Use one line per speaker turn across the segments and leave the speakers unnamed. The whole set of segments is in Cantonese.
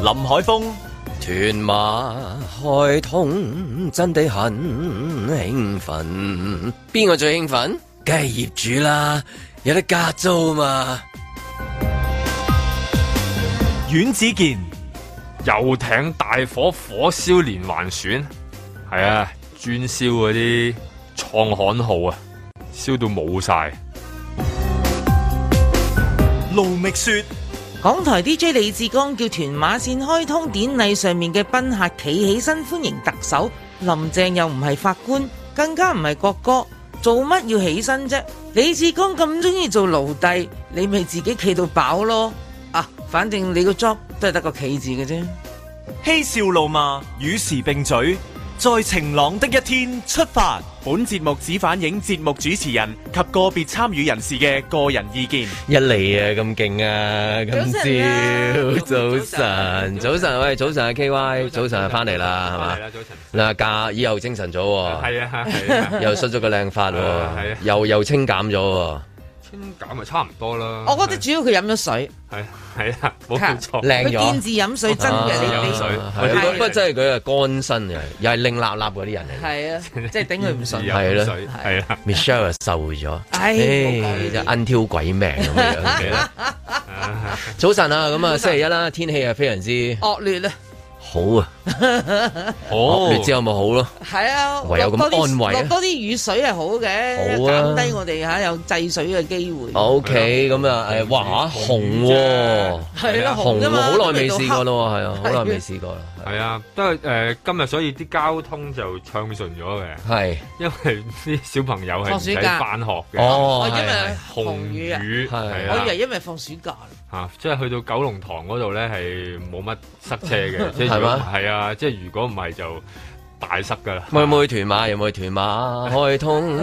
林海峰。
屯馬開通真的很興奮，邊個最興奮？梗係業主啦，有得加租嘛！
阮子健，
遊艇大火火燒連環船，係啊，專燒嗰啲創刊號啊，燒到冇晒。
盧覓雪，
港台 DJ 李志剛叫屯馬線開通典禮上面嘅賓客企起身歡迎特首，林鄭又唔係法官，更加唔係國歌，做乜要起身啫？李志剛咁中意做奴隸，你咪自己企到飽咯。啊，反正你個 job 都係得個企字嘅啫。
嬉笑怒罵，與時並舉。在晴朗的一天出發。
本節目只反映節目主持人及個別參與人士嘅個人意見。
一嚟啊，咁勁啊！今朝早晨，早晨，喂，早晨啊，K Y，早晨啊，翻嚟啦，
早晨。
係嘛？嗱，假以後精神咗喎，
係啊，係啊，
又梳咗個靚髮
啊係
喎
啊，
又又清減咗喎，
清減咪差唔多啦。
我覺得主要佢飲咗水，
係係啊，哦冇 錯。
靚
佢
咗
見。字飲水真嘅，
啊
你
飲
你
水
係
係
不過真係佢係乾身嘅，又係令立立嗰啲人嚟。
係啊，即係頂佢唔順。
係啦
係啊啦，
Michelle 又瘦咗，
唉冇計
唉就奀挑鬼命咁樣。早晨啊，咁啊星期一啦，天氣啊非常之
惡劣啊，
好啊，
哦
你知有咪好咯？
係啊，
唯有咁
落多啲
安慰啊
落多啲雨水係好嘅，
好啊
減低我哋嚇有制水嘅機會。
O K，咁啊，誒，哇，紅喎，
係咯
啊紅
紅啫
喎，
嘛
好耐未試過咯，係啊，好耐未試過啦，
係啊，不過誒今日所以啲交通就暢順咗嘅，
係，
因為啲小朋友係唔使
放暑假
翻學嘅。
哦
我，因為
係
紅
紅雨啊，
雨
係
係
我以
啊
為因為放暑假。
嚇，即係去到九龍塘嗰度咧係冇乜塞車嘅，即係
係
如果
嗎
係啊，即係如果唔係就大塞㗎啦。
係有冇去屯馬？有冇去屯馬？開通，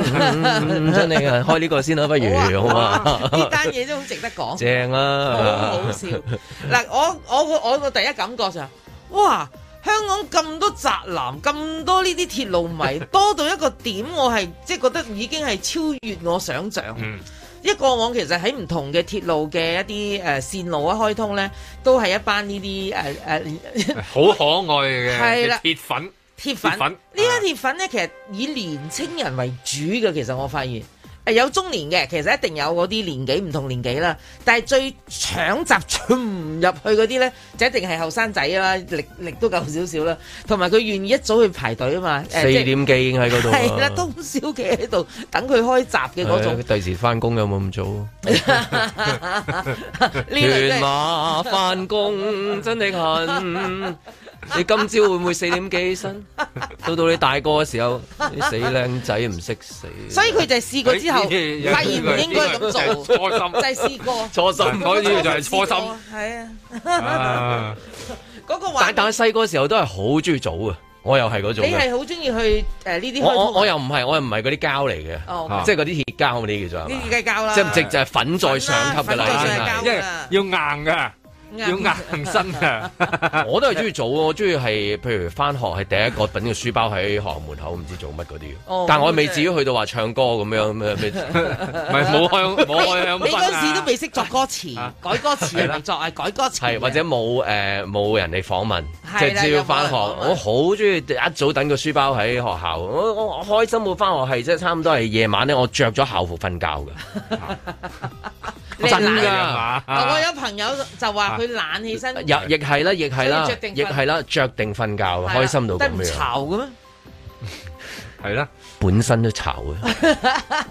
真係啊，開呢個先啦，不如好啊嘛？
呢單嘢啊都好值 得講，
正
好
啊
好！笑。 嗱，我我個我個第一感覺就係，哇！香港咁多宅男，咁多呢啲鐵路 迷，多到一個點，我係即係覺得已經係超越我想象。
嗯，
一過往其實喺唔同嘅鐵路嘅一啲誒、呃、線路一開通咧，都係一班呢啲誒誒
好可愛嘅
係
嘅
啦
鐵粉。
鐵粉。
鐵粉
啊
呢班鐵粉咧，其實以年青人為主嘅，其實我發現。誒有中年嘅，其實一定有嗰啲年紀唔同年紀啦。但係最搶閘搶唔入去嗰啲咧，就一定係後生仔啦，力力都夠少少啦。同埋佢願意一早去排隊啊嘛。誒
四點幾已經喺嗰度啊，
係啦，通宵企喺度等佢開閘嘅嗰種
係啊。第時翻工有冇咁早？哎屯
呢類真係
馬翻工真的 很。你今朝會唔會四點幾起身？到到你大個嘅時候，你死靚仔唔識死。
所以佢就係試過
哎
之後，
咦
發現唔應該咁做。
初心
就係試過，
初心
嗰啲就係初心。
係啊，
啊！
嗰個話
但但係細個時候都係好中意早啊，我又係嗰種
你
嘅。
係好中意去誒呢啲
我
開
我
通
我又唔係，我又唔係嗰啲膠嚟嘅，啊
哦，
即係嗰啲鐵膠嗰啲叫做係
呢
嘛
啲計較啦，
即係直就係粉再上級嘅啦，
粉
已
再
經係
上級。
因為要硬噶，要硬身噶，
我都係中意早喎，我中意係譬如翻學係第一個揼個書包喺學校門口，唔知做乜嗰啲嘅
哦
但我未至於去到話唱歌咁樣咩
唔
咩，
係冇開冇開香
你
檳啊
嗰陣時都未識作歌詞，改歌詞嚟作，係改歌詞嘅。
係或者冇誒冇人嚟訪問，即
係
係
啦
只要翻學，
有冇人訪問
我好中意一早等個書包喺學校，我我我開心冇翻學係即係差唔多係夜晚咧，我着咗校服瞓覺㗎，
你
真
懶
㗎。
嘛
我有朋友就話佢懶起身，
又亦係啦，亦係啦
所以着定，瞓
亦係啦，着定瞓覺，
係啊
開心到咁
得唔
樣，
嘈嘅咩？
係啦，
本身都吵 嘅，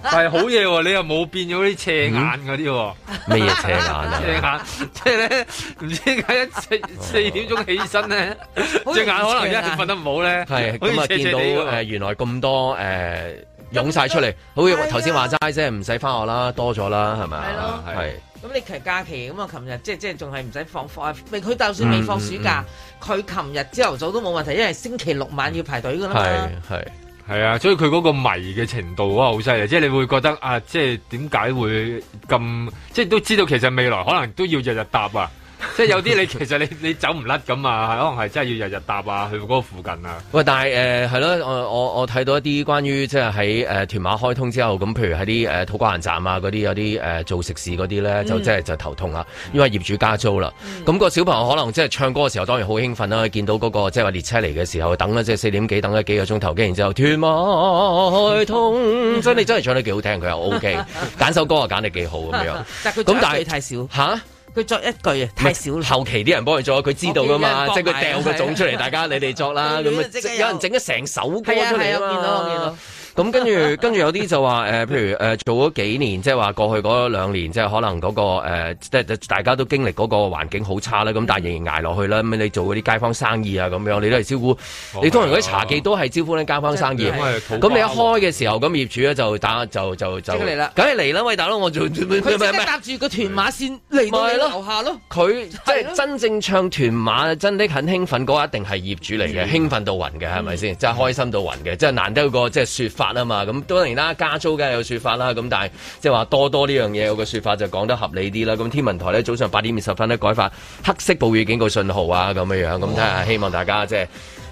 但係好嘢喎，你又冇變咗啲斜眼嗰啲喎，
咩嘢斜眼 啊？
斜眼 即係咧，唔知點解一四四點鐘起身咧，
好容易啊
隻眼可能一
斜眼
日瞓得唔好咧，
係
好
咁啊！
似斜
見
斜
到
地
誒、
喎
原來咁多誒、呃、湧晒出嚟，好似
係啊
頭先話齋啫，唔使翻學啦，多咗啦，係咪
係
啊
咯？
係
咁你其實假期咁啊，琴日即係即係仲係唔使放放，未佢就算未放暑假，佢琴日朝頭早都冇問題，因為星期六晚要排隊㗎啦
係
嘛。
係
係啊，所以佢嗰個迷嘅程度啊，好犀利！即係你會覺得啊， 即係點解會咁？即係都知道其實未來可能都要日日搭啊，即係有啲你其實你你走唔甩咁啊，可能係真係要日日搭啊，去嗰個附近啊。
喂，但係誒係咯，我我我睇到一啲關於即係喺誒屯馬開通之後，咁譬如喺啲誒土瓜灣站啊嗰啲有啲誒、呃做食肆嗰啲咧，就即係就頭痛啦，因為業主加租啦。咁、個小朋友可能即係唱歌嘅時候當然好興奮啦，見到嗰、個即係話列車嚟嘅時候等啦，即係四點幾等咗幾個鐘頭，跟住然之後屯馬開通，真係真係唱得幾好聽，佢又 OK，揀首歌啊揀得幾好咁樣。
但佢
咁但
作一句
係
太少，
吓？
佢作一句啊太少啦。
後期啲人幫佢作，佢知道噶嘛，
我
即
見
係
有人
佢掉個種出嚟，
幫埋
大家你哋作 啦。
係
咁
係啊即刻
啊，
有
有人整咗成首歌
係啊
出嚟
係啊
啊嘛
我見到我見到。
咁跟 住，跟住有啲就話誒，譬如誒做咗幾年，即係話過去嗰兩年，即係可能嗰個誒，即係大家都經歷嗰個環境好差
嗯
啦，咁但係仍然捱落去啦。咁你做嗰啲街坊生意啊，咁樣你都係招呼，
哦
你通常嗰啲茶
哦
記都係招呼啲街坊生意。啊咁你一開嘅時候，咁業主咧就打就就就
即刻嚟啦
梗係嚟啦！喂，大佬，我做
佢即刻搭住個屯馬線嚟到你樓下咯。
佢即
係
係
咯
真正唱屯馬，真的很興奮嗰一定係業主嚟
嗯
嘅，興奮到暈嘅係咪先？即係開心到暈嘅，即係難得有個即係説法啊嘛。咁當然啦，加租梗係有説法啦。咁但係即係話多多呢樣嘢有個説法就講得合理啲啦。咁天文台咧早上八點二十分咧改發黑色暴雨警告信號啊咁樣樣，
哦
咁睇下希望大家即係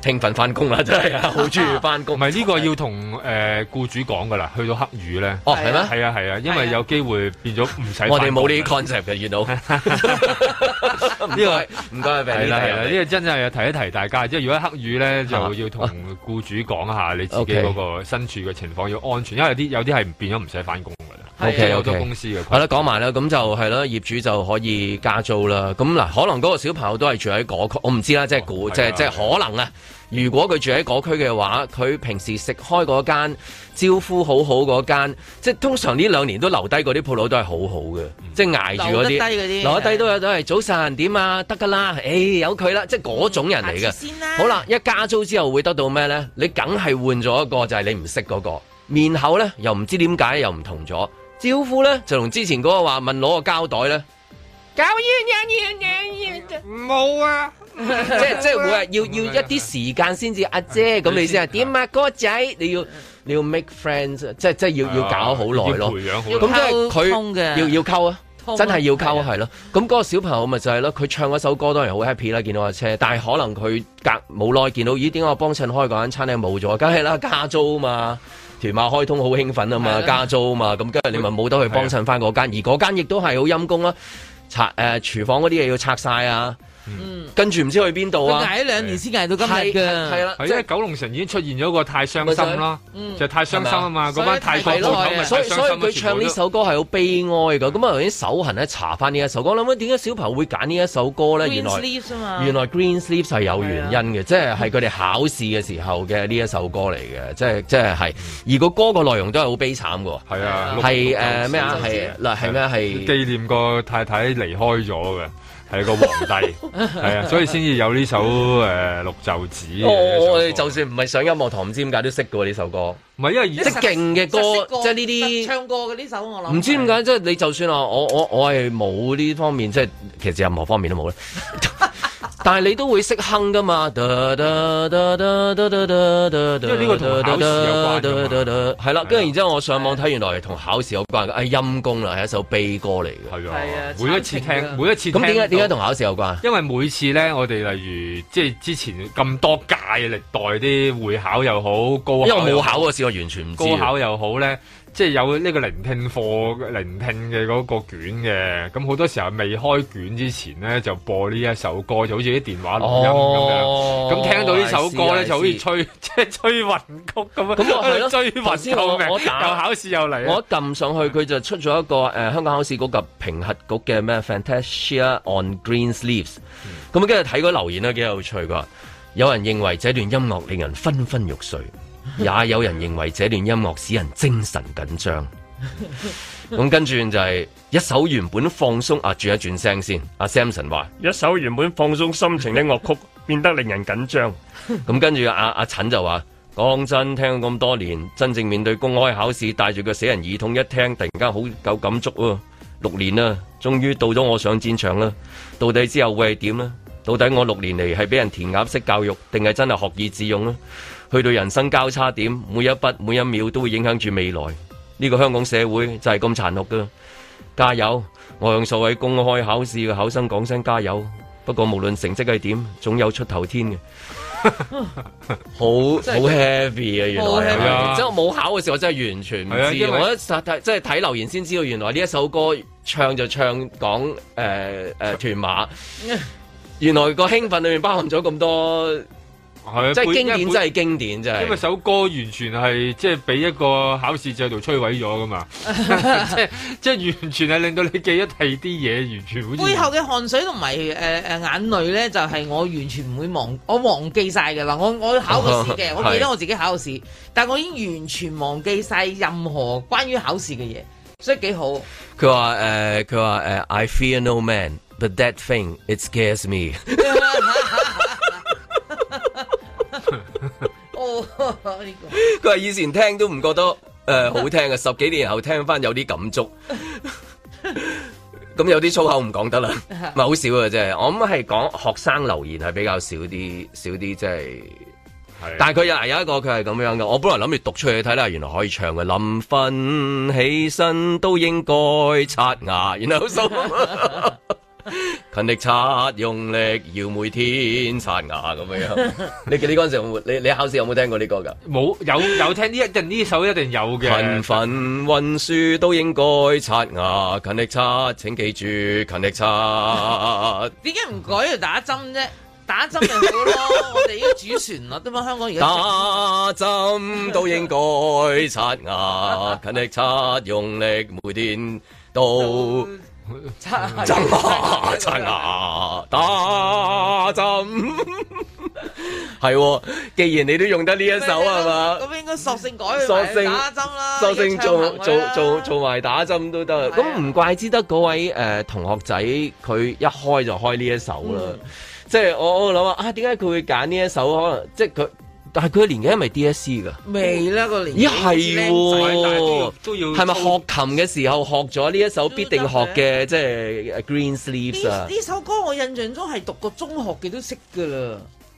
興奮翻工啦，真係啊好中意翻
唔
工。
係呢個要同誒僱主講噶啦，去到黑雨咧。
哦係咩？
係啊係啊，因為有機會變咗唔使返工。啊
我哋冇呢啲 concept 嘅，見到 呢個唔該啊，
係
Benny
啦係啦，呢個真係提一提大家，即係如果黑雨 咧，就要同僱主講下你自己
OK
嗰個身處嘅情況要安全，因為有啲有啲係變咗唔使翻工噶啦，
OK，
即係有好
OK
多公司嘅規定。
係啦，講埋啦，咁就係啦，業主就可以加租啦。咁嗱，可能嗰個小朋友都係住喺嗰區，我唔知啦，即係估，
哦
即
係
係
啊
即係可能啊。如果佢住喺嗰區嘅話，佢平時食開嗰間招呼好好嗰間，即係通常呢兩年都留低嗰啲鋪佬都係好好嘅，
嗯
即係捱住嗰
留得低
啲，
嗰啲
留得低都有都係早晨點啊，得㗎啦，誒、有佢啦，即係嗰種人嚟
下
嘅
次先啦。
好啦，一加租之後會得到咩呢？你梗係換咗一個就係你唔識嗰個面口呢，又唔知點解又唔同咗。招呼呢，就同之前嗰個話問攞個膠袋呢，
冇啊，
即係即係會啊係要要一啲時間先至阿姐咁你先係點啊哥仔，你要你要 make friends，即係即係要要搞好耐
啊要
咯
培。養好
咁
耐。
即係佢
啊溝通嘅
要要溝啊
通，啊
真係要溝
係
啊
啊
係咯。咁嗰個小朋友咪就係咯，佢唱嗰首歌當然好 happy 啦，見到架車，但係可能佢隔冇耐見到，咦？點解我幫襯開嗰間餐廳冇咗？梗係啦，加租啊嘛。屯馬開通好興奮啊嘛，
係啦
加租啊嘛，咁跟住你咪冇得去幫襯翻嗰間，而嗰間亦都係好陰公啦，拆誒、呃、廚房嗰啲嘢要拆晒啊，跟住唔知去邊度
佢
啊，
捱咗兩年先嗯捱到今
係
日㗎。
係啦，
係因
即係
為九龍城已經出現咗個太傷心啦，
嗯
就係太傷心啊嘛！
係咪
嗰班泰國
所以
鋪
太
頭
耐
咪
啊
所
太傷
以
心
所以
咯
佢唱呢，首歌係好悲哀噶，咁啊頭先手痕咧查翻呢一首歌，諗緊點解小朋友會揀呢一首歌咧？原
Green
來
sleeves 啊嘛，
原來 Green Sleeves 係有原
啊
因嘅，即係係佢哋考試嘅時候嘅呢一首歌嚟嘅，即係即係係，而個歌個內容都係好悲
全
慘嘅喎，
部都係啊，
係誒
六
咩啊？係嗱係咩啊係
紀念個太太離開咗嘅，係個皇 帝，係啊，所以先至有呢首誒綠袖子嘅一首歌。
我我我哋哦就算唔係上音樂堂，唔知點解都識嘅喎呢首歌，
唔係因為
即係勁嘅歌
實識，過
即係呢啲
實。唱過嘅呢首我諗
唔知點解，即係你就算話我我我係冇呢方面，即係其實任何方面都冇咧。但係你都會識哼噶嘛？因為呢
為呢個同考試有關㗎
係啦，跟住然之後我上網睇，原來同考試有關嘅。哎，陰公啦，係一首悲歌嚟嘅。
係
係啊
啊，每一次
慘情
聽，
啊
每一次
咁點解
聽
點解
到
同考試有關？
因為每次咧，我哋例如即係之前咁多屆歷代啲會考又好，高
因為
考又
我冇
好
考過試，我完全唔知
高
啊嘅。
考又好咧，即係有呢個聆聽課、聆聽嘅嗰個卷嘅，咁好多時候未開卷之前咧就播呢一首歌，就好似啲電話錄音咁樣。
哦
咁聽到呢首歌咧，
I see，I
就好似
see
吹 即係吹雲曲咁樣，啊
咁我係咯
追
頭
雲
先我
救命，
我
又
打
考試又嚟
我
啊。
一撳上去，佢就出咗一個誒、呃香港考試局及評核局嘅咩 Fantasia on Green Sleeves，咁跟住睇嗰留言咧幾有趣㗎。有人認為這段音樂令人昏昏欲睡，也有人認為這段音樂使人精神緊張。咁跟住就係一首原本放鬆啊，轉一轉聲先。阿 Samson 話，
一首原本放鬆心情的樂曲，變得令人緊張。
咁跟住阿阿陳就話：講真，聽咗咁多年，真正面對公開考試，帶住個死人耳筒一聽，突然間好有感觸喎、六年啦，終於到咗我上戰場啦。到底之後會係點呢？到底我六年嚟係俾人填鴨式教育，定係真係學以致用呢？去到人生交叉點，每一筆每一秒都會影響住未來。呢、個香港社會就係咁殘酷噶。加油！我向所位公開考試嘅考生講聲加油。不過無論成績係點，總有出頭天 嘅。好好 heavy 啊！原
好
來
heavy
係
啊
即係我冇考嘅時候，我真係完全唔
係啊
知。
因為
我一實睇即係睇留言先知道，原來呢一首歌唱就唱講誒誒 屯馬。原來個興奮裏面包含咗咁多，
係啊
即係
本
經
因
典，
為
真係經典，真
本因為
係。
首歌完全係即係俾一個考試制度摧毀咗噶嘛， 即係即係完全係令到你記得第二啲嘢，完全好似
背後嘅汗水同埋誒誒眼淚咧，就係、我完全唔會忘，我忘記晒㗎啦。我我考過試嘅，
哦係
我記得我自己考過試，但我已經完全忘記晒任何關於考試嘅嘢，所以幾好。
佢話誒，佢話誒，I fear no man。But that thing, it scares me。
哦，呢、
佢
個
話以前聽都唔覺得誒、呃好聽嘅，十幾年後聽翻有啲感觸。 咁有啲粗口唔講得啦，咪好少嘅啫。我諗係講學生留言係比較少啲，少啲即係。但係佢又有一個佢係咁樣嘅，我本來諗住讀出去睇啦，原來可以唱嘅。臨瞓起身都應該刷牙，然後數 勤力刷，用力要每天刷牙咁樣。你你嗰陣時有冇？你你考試有冇聽過呢個㗎？
冇有有聽呢一定呢首一定有
勤
嘅，
奮運輸都應該刷牙，勤力刷，請記住勤力刷。
點解唔改嚟打針啫？打針咪 好咯，我哋依個主旋律啫嘛，香港而家
打針都應該刷牙，勤力刷，用力每天都
真
刷 牙刷牙。打針 係喎，既然你都用得呢一首係嘛？
咁應該索性改佢
索
埋
性
打針啦，
索性做
啊一槍行佢
做
啦
做做埋打針都得，
係啊
咁唔怪之得嗰位誒、呃同學仔佢一開就開呢一首啦，
嗯
即係我我諗啊，啊點解佢會揀呢一首？可能即係佢，但係佢嘅年紀係咪 DSE 㗎？
未啦個年紀
咦係
但係都要
喎，
都要
係咪學琴嘅時候學咗呢一首必定學嘅即係呃 Green
呢
Sleeves 啊？
呢首歌我印象中係讀過中學嘅都識噶啦，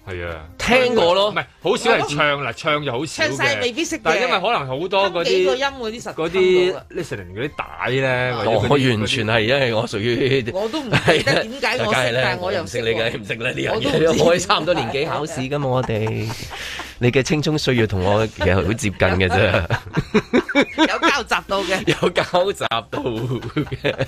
係啊，
聽過咯
唔，係好少係唱啦，唱就好少
唱晒未
嘅，
必識嘅。
但係因為可能好多嗰
吞幾個音
啲
嗰啲
嗰
實吞
啲
到
啊
啦
listening 嗰啲帶咧，或者嗰啲
我哦完全係因為我屬於。
我都唔記得點解我
梗係
識，
咧
但我又
唔
識
識
喎
你嘅，唔識啦呢樣
我都唔知
嘢。我哋差唔多年紀考試噶嘛，我哋你嘅青春歲月同我其實好接近嘅啫，
有交集到嘅。
有交集到嘅。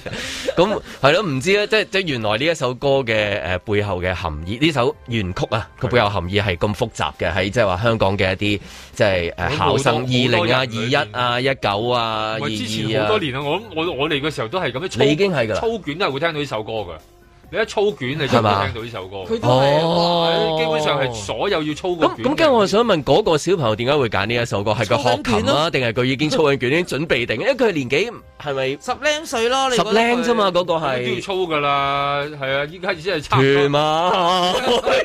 咁係咯，唔知咧，即係即係原來呢一首歌嘅誒背後嘅含義，呢首原曲啊，佢背後含義係咁複雜嘅，喺即係話香港嘅一啲即係誒考生二
好多
零啊、
好
二
多人
一啊、一九啊、二
喂之前好
二
多
啊。
年啦，我諗我我哋嘅時候都係咁樣操，
你已經係㗎啦
操卷都係會聽到呢首歌嘅。你一操卷你就
係嘛
會聽到呢首歌。
佢都係
哦，
基本上係所有要操過
咁
卷
咁，
嘅
跟住我想問嗰個小朋友點解會揀呢一首歌？係佢學
操
琴
緊卷
啊，
咯
定係佢已經操緊卷，已經準備定？因為佢年紀係咪
十零歲咯，你
十
覺得佢
零啫嘛？嗰個
都要
係
操㗎啦，係啊！依家真係差唔
團
多。
馬，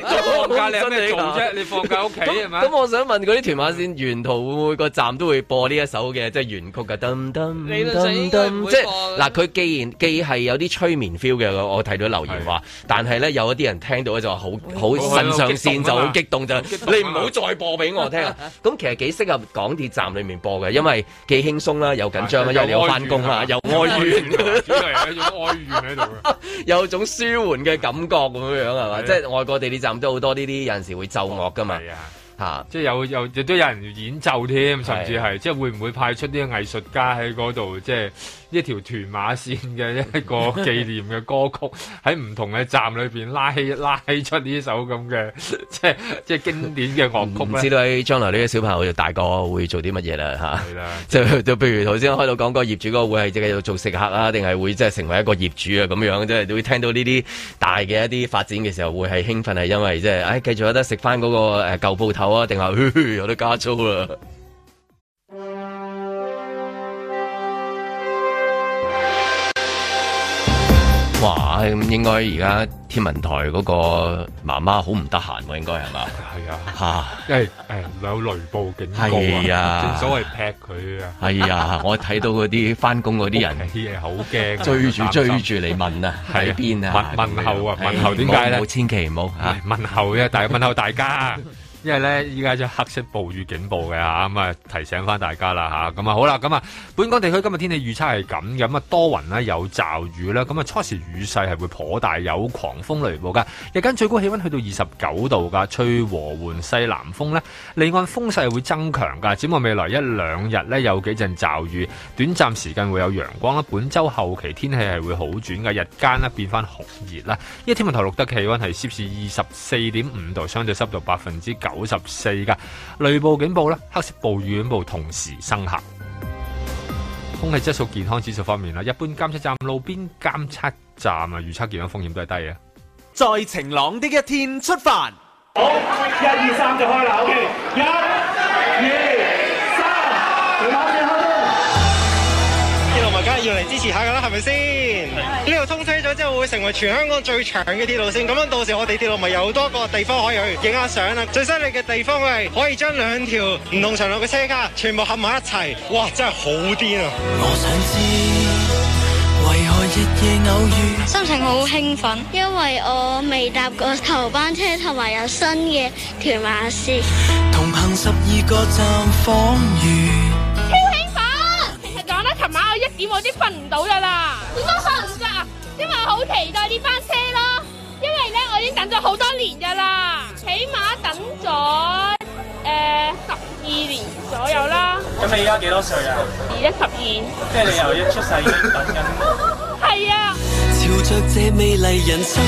放假你有咩做
真係㗎
啫？你放假屋企係
咁
咪？
咁，我想問嗰啲團馬線沿途會唔會個站都會播呢一首嘅，即係原曲嘅噔噔
理論上應該唔會
即係
播嘅
嗱，佢既然既係有啲催眠 feel 嘅，我我睇到留言話，但係咧有一啲人聽到咧就話好好腎上腺就好激動
動
就，
啊
你唔好再播俾我聽啊！咁其實幾適合港鐵站裏面播嘅，因為既輕鬆啦，又緊張啦，
係
因為你有翻工啦，又哀怨，
主要係一種哀怨喺度啊嘅。
有種舒緩嘅感覺咁樣樣係嘛？
係啊
即係外國地鐵站都好多呢啲有陣時會奏樂噶嘛
係啊，
嚇。
即係有有亦都有人演奏添，甚至係即係會唔會派出啲藝術家喺嗰度，即係一條屯馬線嘅一個 紀念嘅歌曲，喺唔同嘅站裏邊拉 拉出呢首咁嘅即係即係經典嘅樂
唔
曲
知
咧。
道你將來呢啲小朋友大個會做啲乜嘢啦嚇。
係啦。
就就譬如頭先開到講過業主嗰個會係繼續做食客啊，定係會即係成為一個業主啊咁樣，即係會聽到呢啲大嘅一啲發展嘅時候，會係興奮係啊因為即係唉繼續有得食翻嗰個誒舊鋪頭啊，定係 噓噓有得加租啦。哇！咁應該而家天文台嗰個媽媽好唔得閒喎，應該係嘛？
係啊，
嚇、
因為誒有雷暴警告
係
啊，
啊
正所謂劈佢啊，
係啊，我睇到嗰啲翻工嗰啲人。
啲嘢好驚啊，
追住
擔
追
心
住嚟問啊，
係
喺
啊
邊啊？
問問候啊
咁樣
問候點解咧嗯
冇冇千祈唔好嚇。
問候嘅，但係問候大家，啊 因為咧依家就黑色暴雨警報嘅嚇，咁啊提醒翻大家啦嚇，咁啊好啦，咁啊本港地區今日天氣預測係咁嘅，咁啊多雲啦，有驟雨啦，咁啊初時雨勢係會頗大，有狂風雷暴噶，日間最高氣温去到二十九度噶，吹和緩西南風咧，離岸風勢係會增強噶，展望未來一兩日咧有幾陣驟雨，短暫時間會有陽光啦，本周後期天氣係會好轉嘅，日間咧變翻酷熱啦，依家天文台錄得氣温係攝氏二十四點五度，相對濕度百分之九十四㗎。雷暴警報咧，黑色暴雨警報同時生效。空氣質素健康指數方面啦，一般監測站、路邊監測站啊，預測健康風險都係低嘅。
在晴朗的一天出發。
鐵路咪梗係要嚟支持下噶啦，係咪先？呢度通車咗之後，會成為全香港最長嘅鐵路線。咁樣到時我哋鐵路咪有好多個地方可以去影下相啦。最犀利嘅地方係可以將兩條唔同長路嘅車卡全部合埋一齊，哇！真係好癲啊！
我想知，為何日夜偶遇？
心情好興奮，因為我未搭過頭班車，同埋有新嘅屯馬線。
同行十二個站仿如
超興奮！其實講得琴晚我一點我都瞓唔到噶啦，點解瞓唔着啊？因為我好期待呢班車咯，因為咧我已經等咗好多年噶啦，起碼等咗誒十二年左右啦。
咁你而家幾多歲啊？
而家十二，
即係你由一出世已經等緊。
係啊。
朝着這美麗人生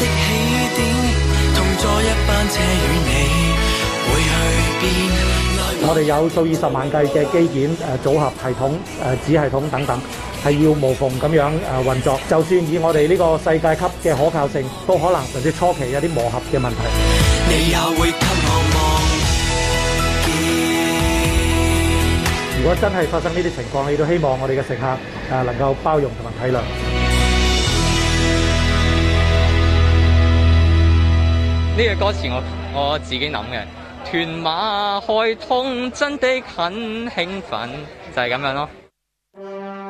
的起點，同坐一班車與你會去邊？來
我哋有數以十萬計嘅機件誒、呃、組合系統、誒、呃、子系統等等，係要無縫咁樣誒、呃、運作。就算以我哋呢個世界級嘅可靠性，都可能甚至初期有啲磨合嘅問題。
你也會給我望見。
如果真係發生呢啲情況，亦都希望我哋嘅乘客誒、呃能夠包容同埋體諒。
呢句歌詞我我自己諗嘅，屯馬開通真的很興奮，就係、咁樣咯。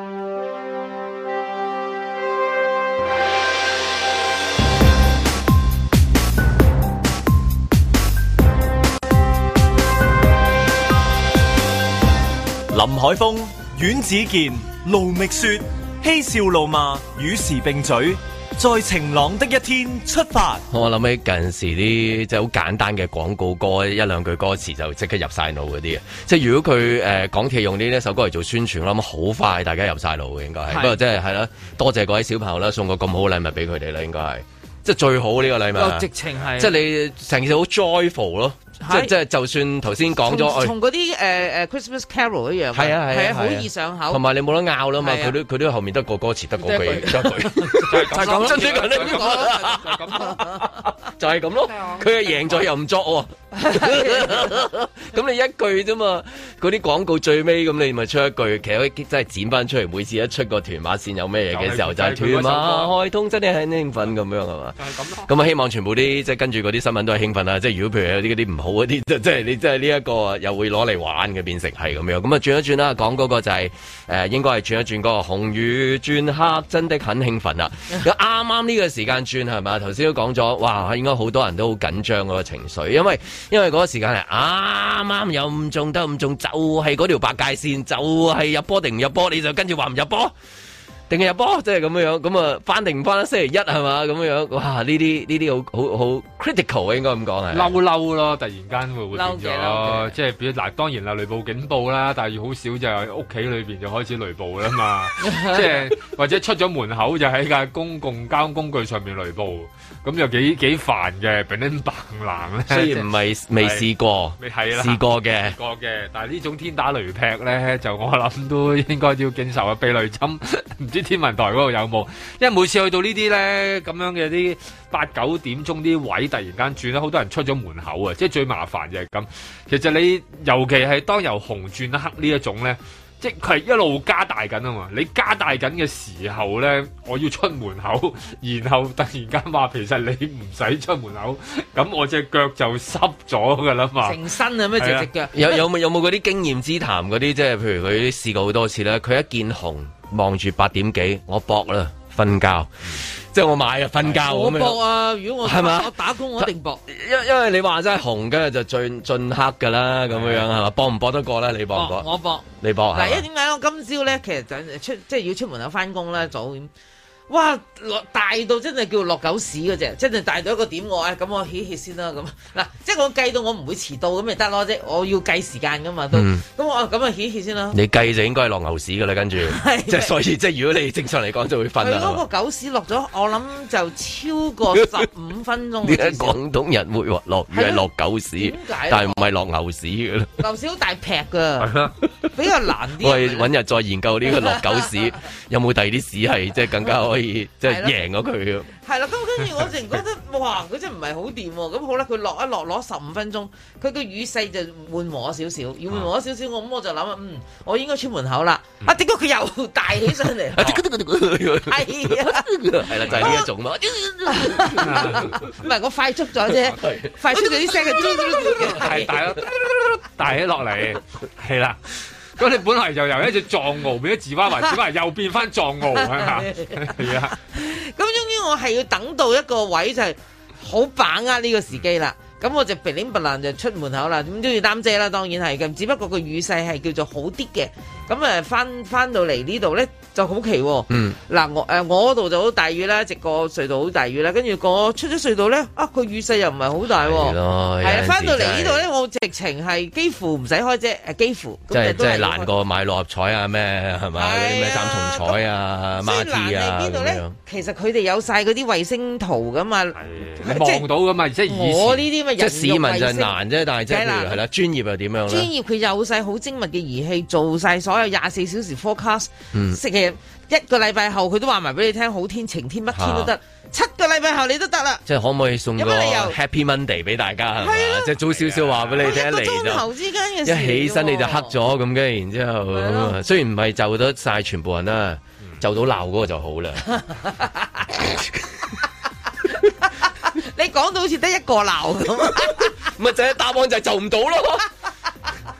林海峰、阮子健、卢觅雪，嬉笑怒骂，与时并举，在晴朗的一天出发。
我諗起近時啲即係好簡單嘅廣告歌，一兩句歌詞就即刻入晒腦嗰啲嘅。啊即係如果佢誒、呃、港鐵用呢一首歌嚟做宣傳，我諗好快大家入晒腦嘅應該係。不過即係係啦，多謝各位小朋友啦，送個咁好嘅禮物俾佢哋啦，應該係即係最好呢個禮
個
哦
物。啊
直情係
即係你成件事好 joyful 咯，即
係
係即係就算頭先講咗，哎
同同嗰啲誒誒 Christmas Carol 一樣，
係啊係啊
係啊，好
係啊
易上口
同。埋你冇得拗啦嘛，
係啊
佢都佢都後面得個歌詞，得嗰句，
得
得一 句，就係咁，真係咁
咁講
咯，
啦
就係咁咯，佢係贏咗又唔作 喎，咁你一句啫嘛，嗰啲廣告最尾咁你咪出一句，其實佢真係剪翻出嚟，每次一出個屯馬線有咩嘢嘅時候
就
就係
係
屯
佢嗰首歌
馬開通，真係很興奮咁樣係嘛？咁啊，希望全部啲即係跟住嗰啲新聞都係興奮啦。即係如果譬如有啲嗰啲唔好嗰啲， 即即係你即係呢一個又會攞嚟玩嘅，變成係咁樣。咁啊，轉一轉啦，講嗰個就係、呃應該係轉一轉嗰個紅雨轉黑，真的很興奮啦。咁啱啱呢個時間轉係嘛？頭先都講咗，哇，應該好多人都好緊張嗰個情緒，因為因為嗰個時間係啱啱有唔中得唔中，就係嗰條白界線，就係、入波定唔入波，你就跟住話唔入波。定係入波，即係咁樣樣，咁啊翻定唔翻咧？星期一係嘛咁樣樣，哇！呢啲呢啲好好好 critical 啊，應該咁講係。
嬲嬲咯，突然間會會變
嬲嘅嬲
咗，即係變咗嗱。當然啦，雷暴警報啦，但係好少就係屋企裏邊就開始雷暴 啦嘛，即係或者出咗門口就喺架公共交通工具上面雷暴，咁又幾幾煩嘅，乒鈴嘭冷咧。
雖然唔係未試過，
未係啦
試過嘅
試。過嘅，但係呢種天打雷劈咧，就我諗都應該要經受啊！避雷針 唔知天文台嗰度有冇？因為每次去到呢啲咧咁樣嘅啲八九點鐘啲位，突然間轉咧，好多人出咗門口啊！即係最麻煩就係咁。其實你尤其係當由紅轉黑呢一種咧。即係佢係一路加大緊啊嘛！你加大緊嘅時候咧，我要出門口，然後突然間話其實你唔使出門口，咁我只腳就濕咗㗎啦嘛。
成身啊咩直
係啊
直腳，
有有冇有冇嗰啲經驗之談嗰啲，即係譬如佢試過好多次咧，佢一見紅望住八點幾，我搏啦，瞓覺，即係我買啊瞓覺
我
咁
搏
樣。
啊！如果我
係嘛
我打工我一定搏。
因因為你話真係紅嘅就進進黑㗎啦，咁樣樣係嘛？搏唔搏得過咧？你搏唔
搏哦我
搏？
搏。
你搏
嗱，
係啊
因
嘛
為點解我今朝咧，其實就出即係要出門口翻工啦，早咁。哇！落大到真係叫落狗屎嗰只，真係大到一個點我啊！咁我起歇先啦咁。 嗱，即係我計到我唔會遲到咁咪得咯啫，我要計時間噶嘛都。咁、
嗯
我啊咁啊起歇先啦。
你計就應該係落牛屎㗎啦，跟住
係
即係所以即係如果你正常嚟講就會瞓
佢
啦。係
嗰
嘛
個狗屎落咗，我諗就超 過十五分鐘
點解
嘅至少。
廣東人會話落雨係落狗屎
點解，啊
但係唔係落牛屎嘅咧？
牛屎好大劈㗎，
啦，
比較難啲。
我哋揾日再研究呢個落狗 屎有冇第二啲屎係即係更加可以即係贏咗佢。
係啦，咁跟住我淨覺得哇，佢真係唔係好掂喎。咁好啦，佢落一落攞十五分鐘，佢個雨勢就緩和少少，緩和少少，我咁我就諗啊，嗯，我應該出門口啦。啊，點解佢又大起上嚟？係啊，
係啦，就係呢一種咯。
唔係我快速咗啫，快速咗啲聲嘅，
係大咗大起落嚟，係啦。咁你本來就由一隻藏獒變咗自巴環，自巴環又變翻藏獒係嘛？係啊，
咁終於我係要等到一個位就係好把握呢個時機啦。咁我就鼻鈴拔爛就出門口啦，咁都要擔遮啦，當然係咁。只不過個雨勢係叫做好啲嘅，咁誒翻翻到嚟呢度咧就好奇喎、
嗯
嗱，我誒我嗰度就好大雨啦，直過隧道好大雨啦，跟住過出咗隧道咧，啊個雨勢又唔係好大
係
喎、
咯，
係
有陣
啊，
時
翻到嚟呢
真
度
係
咧，我直情係幾乎唔使開遮，誒幾乎咁
真係
就都
真係
要
難
開
過買六合彩啊咩係咪？嗰啲咩三重彩啊、孖
最難
T 啊
係邊度
咁
咧
樣。？
其實佢哋有晒嗰啲衛星圖噶嘛，
你望到噶嘛？即係以前
我呢啲咪人
即係市民就
肉衛
係
星
難啫，但係即係
梗
譬
係難
如係啦，專業又點樣咧？
專業佢有晒好精密嘅儀器，做晒所有廿四小時 forecast，
嗯
食嘢一個禮拜後佢都話埋俾你聽，好天、晴天、乜天都得
啊，
七個禮拜後你都得啦。
即係可唔可以送個
有乜理由啊
Happy Monday 俾大家係嘛？啊即係早少少話俾你聽，一
鐘
嚟
頭之間嘅事
就
嚟嘅
一起身你就
喎
黑咗咁嘅，然之後咁啊，雖然唔係就得晒全部人啦，
嗯
就到鬧嗰個就好啦。
你講到好似得一個鬧咁，
咪啊就係答案就係就唔到 咯。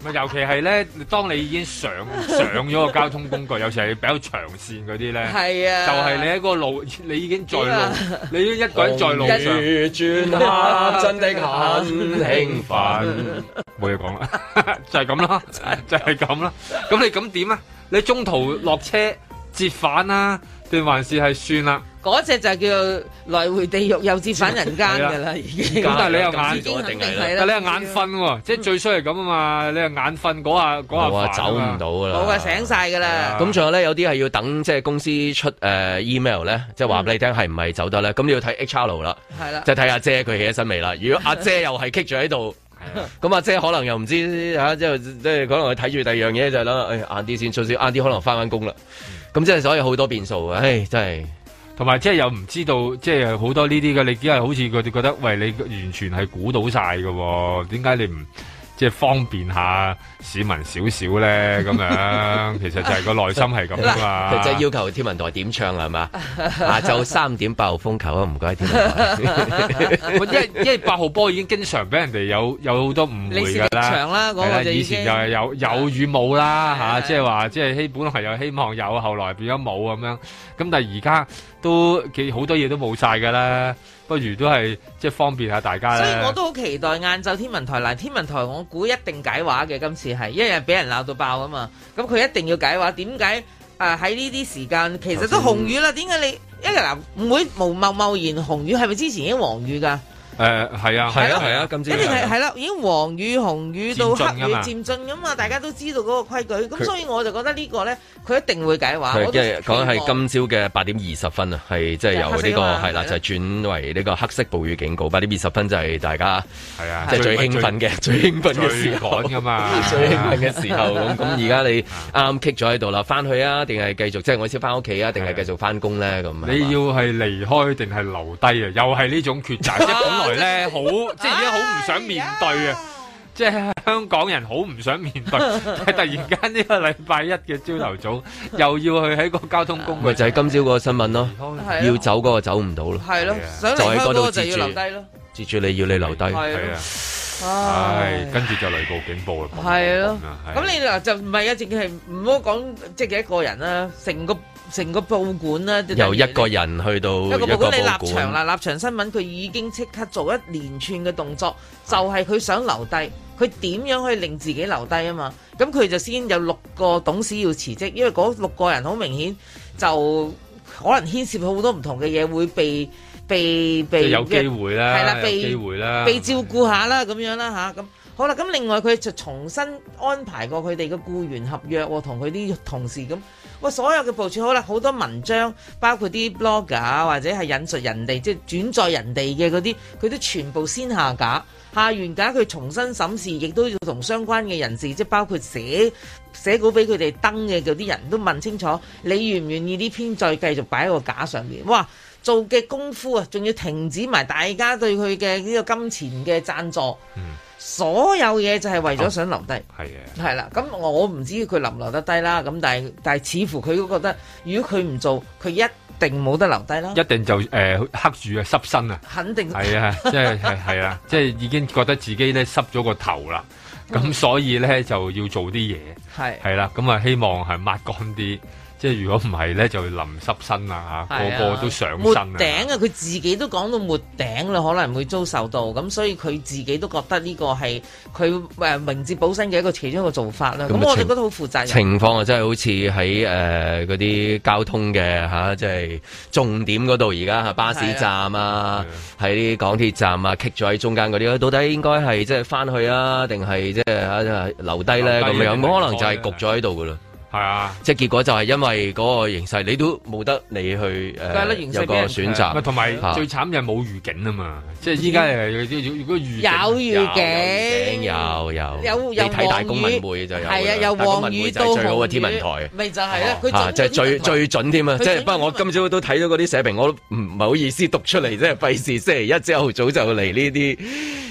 咪啊尤其係咧，當你已經上上咗個交通工具，有時係比較長線嗰啲咧，
係啊
就係你喺個路，你已經在
點
路
啊，
你已經一個人在路上。
轉真的很興
奮，冇嘢講啦， 就係咁啦，就係咁啦。咁你咁點啊？你中途落車折返啦，定還是係算啦？
嗰只就叫做來回地獄又折返人間㗎啦，已經。
咁但係你又
已經肯
眼，
定係
但
啦。
係你又眼瞓喎，即係最衰係咁啊嘛！你又眼瞓嗰下啊
我
嗰
話
下
走唔到噶啦。
冇啊，啊醒晒㗎啦。
咁仲有咧，有啲係要等即係公司出誒 email 咧，即係話俾你聽係唔係走得咧，咁你要睇 HR 啦，
係啦
即係睇阿姐佢起咗身未啦。如果阿姐又係棘住喺度。
啊
咁阿姐可能又唔知嚇，之後即係可能佢睇住第二樣嘢就係啦，誒晏啲先出先，晏啲可能翻返工啦。
嗯
咁即係所以好多變數嘅，唉真係。
同埋即係又唔知道，即係好多呢啲嘅，你只係好似佢哋覺得，喂，你完全係估到晒嘅喎，點解你唔即係方便下市民少少咧？咁樣其實就係個內心係咁啊嘛。
佢真係要求天文台點唱係嘛？下晝三點八號風球啊，唔該天文台。
因為因為八號波已經經常俾人哋有有好多誤會㗎
你是力場啦嗰個
係
就
以
已
前
經啊
就係有有與冇啦嚇，即係話即係希本來有希望有，後來變咗冇咁樣。咁但係而家都幾好多嘢都冇晒㗎啦，不如都係即係方便下大家
所以我
啦。
都好期待晏晝天文台嗱，天文台我估一定解話嘅，今次係因為俾人鬧到爆啊嘛，咁佢一定要解話。點解啊喺呢啲時間其實都紅雨啦？點解你一日嗱唔會無貿貿然紅雨？係咪之前已經黃雨㗎？
誒係啊 係啊係啊，
今
一定係係啦，已經黃雨、紅雨到
漸進
黑
㗎
雨
嘛
漸進咁嘛，大家都知道嗰個規矩，
佢
咁所以我就覺得呢個咧，佢一定會解話。
佢
我都
即係講
期
係
望
今朝嘅八點二十分啊，係即係由呢
即係黑色
個
啊嘛
係啦，
係
就
啦
轉為呢個黑色暴雨警告。八點二十分就係大家
係啊
即係最興奮嘅、最興奮嘅
最
時候
趕㗎嘛
最興奮嘅時候咁。咁而家你啱啱 kick 咗喺度啦，翻去啊，定係繼續即係我先翻屋企啊，定係繼續翻工咧咁？
你要係離開定係留低啊？又係呢種抉擇，即係本來咧好，即係而家好唔想面對啊！即係香港人好唔想面 對，但係突然間呢個禮拜一嘅朝頭早，又要去喺個交通工具
咪就係今朝嗰個新聞咯
係，啊
要走嗰個走唔到咯，
係咯，想
就
離
喺
開
嗰
嗰
度
個
截
就
住
要留低咯，
截住你要你留低，
係啊
唉
唉，
跟住就雷暴警報啦。
係咯
咁啊，係
咁你嗱就唔係啊，淨係唔好講即係幾多個人啦，成個成個報館啦，
由一個人去到
一個
一個
報館你
報
立
館。
場啦，立場新聞佢已經即刻做一連串嘅動作，就係、佢想留低，佢點樣可以令自己留低啊嘛？咁佢就先有六個董事要辭職，因為嗰六個人好明顯就可能牽涉好多唔同嘅嘢會被被
即係
被
有機會啦，
係啦，
有
被
機會啦，
被照顧下啦，咁樣啦吓，咁、好啦，咁另外佢就重新安排過佢哋嘅僱員合約喎，同佢啲同事咁。喂，所有嘅部署好啦，好多文章，包括啲 blogger 啊或者係引述人哋，即係轉載人哋嘅嗰啲，佢都全部先下架，下完架佢重新審視，亦都要同相關嘅人士，即係包括寫寫稿俾佢哋登嘅嗰啲人都問清楚，你願唔願意呢篇再繼續擺喺個架上面？哇！做嘅功夫啊，仲要停止埋大家對佢嘅呢個金錢嘅贊助，
嗯
所有嘢就係為
哦
咗想留低。
係嘅。
係啦，咁我唔知佢留唔留得低啦，咁但係但係似乎佢都覺得，如果佢唔做，佢一定冇得留低啦，
一定就誒、呃黑住啊，濕身啊，
肯定
係啊，即係係係啊，即係已經覺得自己咧濕咗個頭啦，咁所以咧就要做啲嘢，
係
係啦，咁啊希望係抹乾啲，即係如果唔係咧就淋濕身啦嚇，
係啊
個個都上
沒
身啊。
頂啊！佢自己都講到沒頂啦，可能會遭受到，咁所以佢自己都覺得呢個係佢誒明哲保身嘅一個其中一個做法啦。咁
咁啊
我哋
情
覺得好負責任。
情況啊，真係好似喺誒嗰啲交通嘅嚇，啊即、係、重點嗰度而家嚇巴士站啊，喺啲港鐵站啊，棘咗喺中間嗰啲，到底應該係即係翻去啊，定係即係啊留低咧咁樣？咁可能就係焗咗喺度噶啦。
係啊，
即係結果就係因為嗰個形勢，你都冇得你去誒、呃
梗係啦形勢
有個
俾人
選
咪
擇。
同埋
啊
最慘就係冇預警啊嘛，即係依家誒如果預
嗯有
警啊
預警，啊
有有
有
你
有
睇大
黃
公
雨
文會就有㗎啦
係啊，有
大公
黃
文
雨
會就
到
係最好
紅
嘅
雨
天文台。
咪就係啦，佢
啊！即係最最準添啊！
佢
即係
準
不過我今朝都睇咗嗰啲社評，我都唔唔係好意思讀出嚟，即係費事星期一朝頭早就嚟呢啲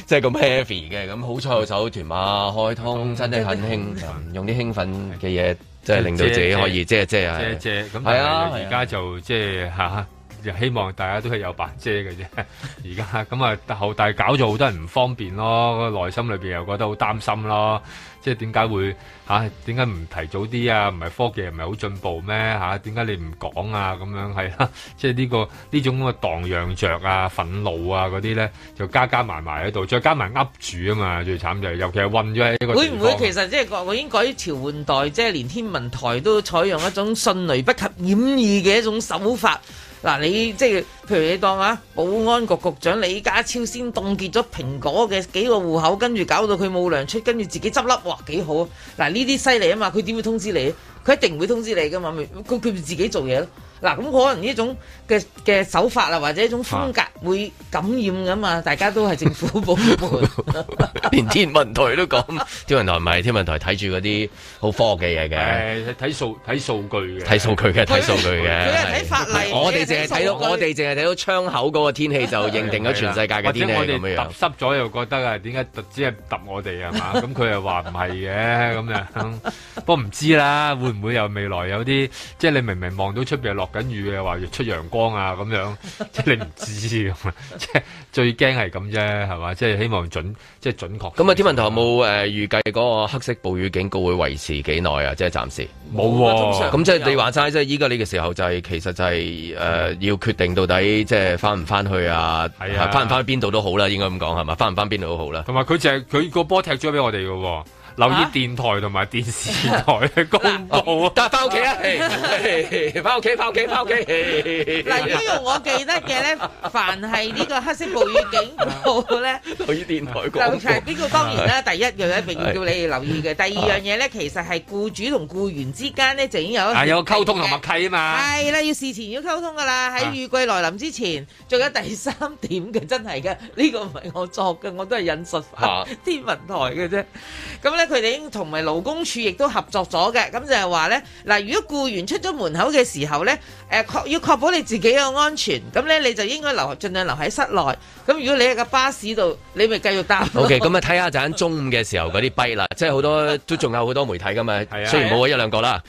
即係咁 heavy 嘅。咁好彩有首屯馬開
嗯
通，真係很興奮，用啲興奮嘅嘢，即係令到自己可以即係即係
遮遮咁，
係
但
啊！
係而家就即係嚇，就希望大家都係有把遮嘅啫。而家咁啊，後但係搞咗好多人唔方便咯，內心裏邊又覺得好擔心咯。即係點解會嚇？點解唔提早啲啊？唔係科技唔係好進步咩嚇？點解你唔講啊？咁樣係啦，即係呢個呢種咁嘅蕩漾着啊、憤怒啊嗰啲咧，就加加埋埋喺度，再加埋噏住啊嘛，最慘就係尤其係混咗喺一個
會唔會
地方
其實即係我已經改朝換代，即係連天文台都採用一種迅雷不及掩耳嘅一種手法。嗱，你即係譬如你當啊，保安局局長李家超先凍結咗蘋果嘅幾個戶口，跟住搞到佢冇糧出，跟住自己執笠，哇幾好啊！嗱呢啲犀利啊嘛，佢點會通知你？佢一定唔會通知你噶嘛，咪佢佢咪自己做嘢咯。嗱咁可能呢種嘅嘅手法啊，或者一種風格會感染噶嘛，大家都係政府部門。
連天文台都講， 天文台唔係天文台睇住嗰啲好科學嘅嘢嘅。
誒睇數睇數據嘅，
睇數據嘅，睇數據嘅。
佢係睇
法例
我哋淨係睇到，
佢係睇數據
我哋淨係睇到窗口嗰個天氣就認定咗全世界嘅天氣
或
係
者
咁
我哋
樣樣
揼。濕咗又覺得啊，點解特只係揼我哋啊 嘛？咁佢又話唔係嘅咁樣，不過唔知啦，會唔會又未來有啲即係你明明望到出邊落緊雨嘅話，又出陽光啊咁樣， 即係你唔知咁啊， 即係最驚係咁啫，係嘛？即係希望準即係準確。
咁啊，天文台有冇誒預計嗰個黑色暴雨警告會維持幾耐啊？即係暫時
冇喎通常
咁即係你話齋，即係依家呢個時候就係、其實就係、誒、要決定到底即係翻唔翻去啊？係
啊
翻唔翻邊度都好啦，應該咁講係嘛？翻唔翻邊度都好啦。
同埋佢就係佢個波踢咗俾我哋嘅喎，留意電台同埋電視台 嘅公佈啊！
得翻屋企啊！翻屋企，翻屋企，翻屋企。嗱
嗱，如果用我記得 嘅咧，凡係呢個黑色暴雨警告 咧，
留意電台
就
廣
係
告
呢個當然啦。第一樣一定要叫你留意嘅，第二樣嘢咧，其實係僱主同僱員之間咧就已經有
啊，有個溝通同默契啊 嘛。
係啦，要事前要溝通噶啦。喺雨季來臨之前，仲有第三點嘅，真係嘅， 呢個唔係我作嘅，我都係引述翻
啊
天文台嘅啫。咁咧，佢哋已經同埋勞工處亦都合作咗嘅。咁就係話咧，嗱，如果僱員出咗門口嘅時候咧，誒確要確保你自己嘅安全，咁咧你就應該留盡量留喺室內。咁如果你喺個巴士度，你咪繼續搭咯。
O K，咁啊睇下陣中午嘅時候嗰啲跛啦，即係好多都仲有好多媒體噶嘛，雖然冇咗一兩個啦，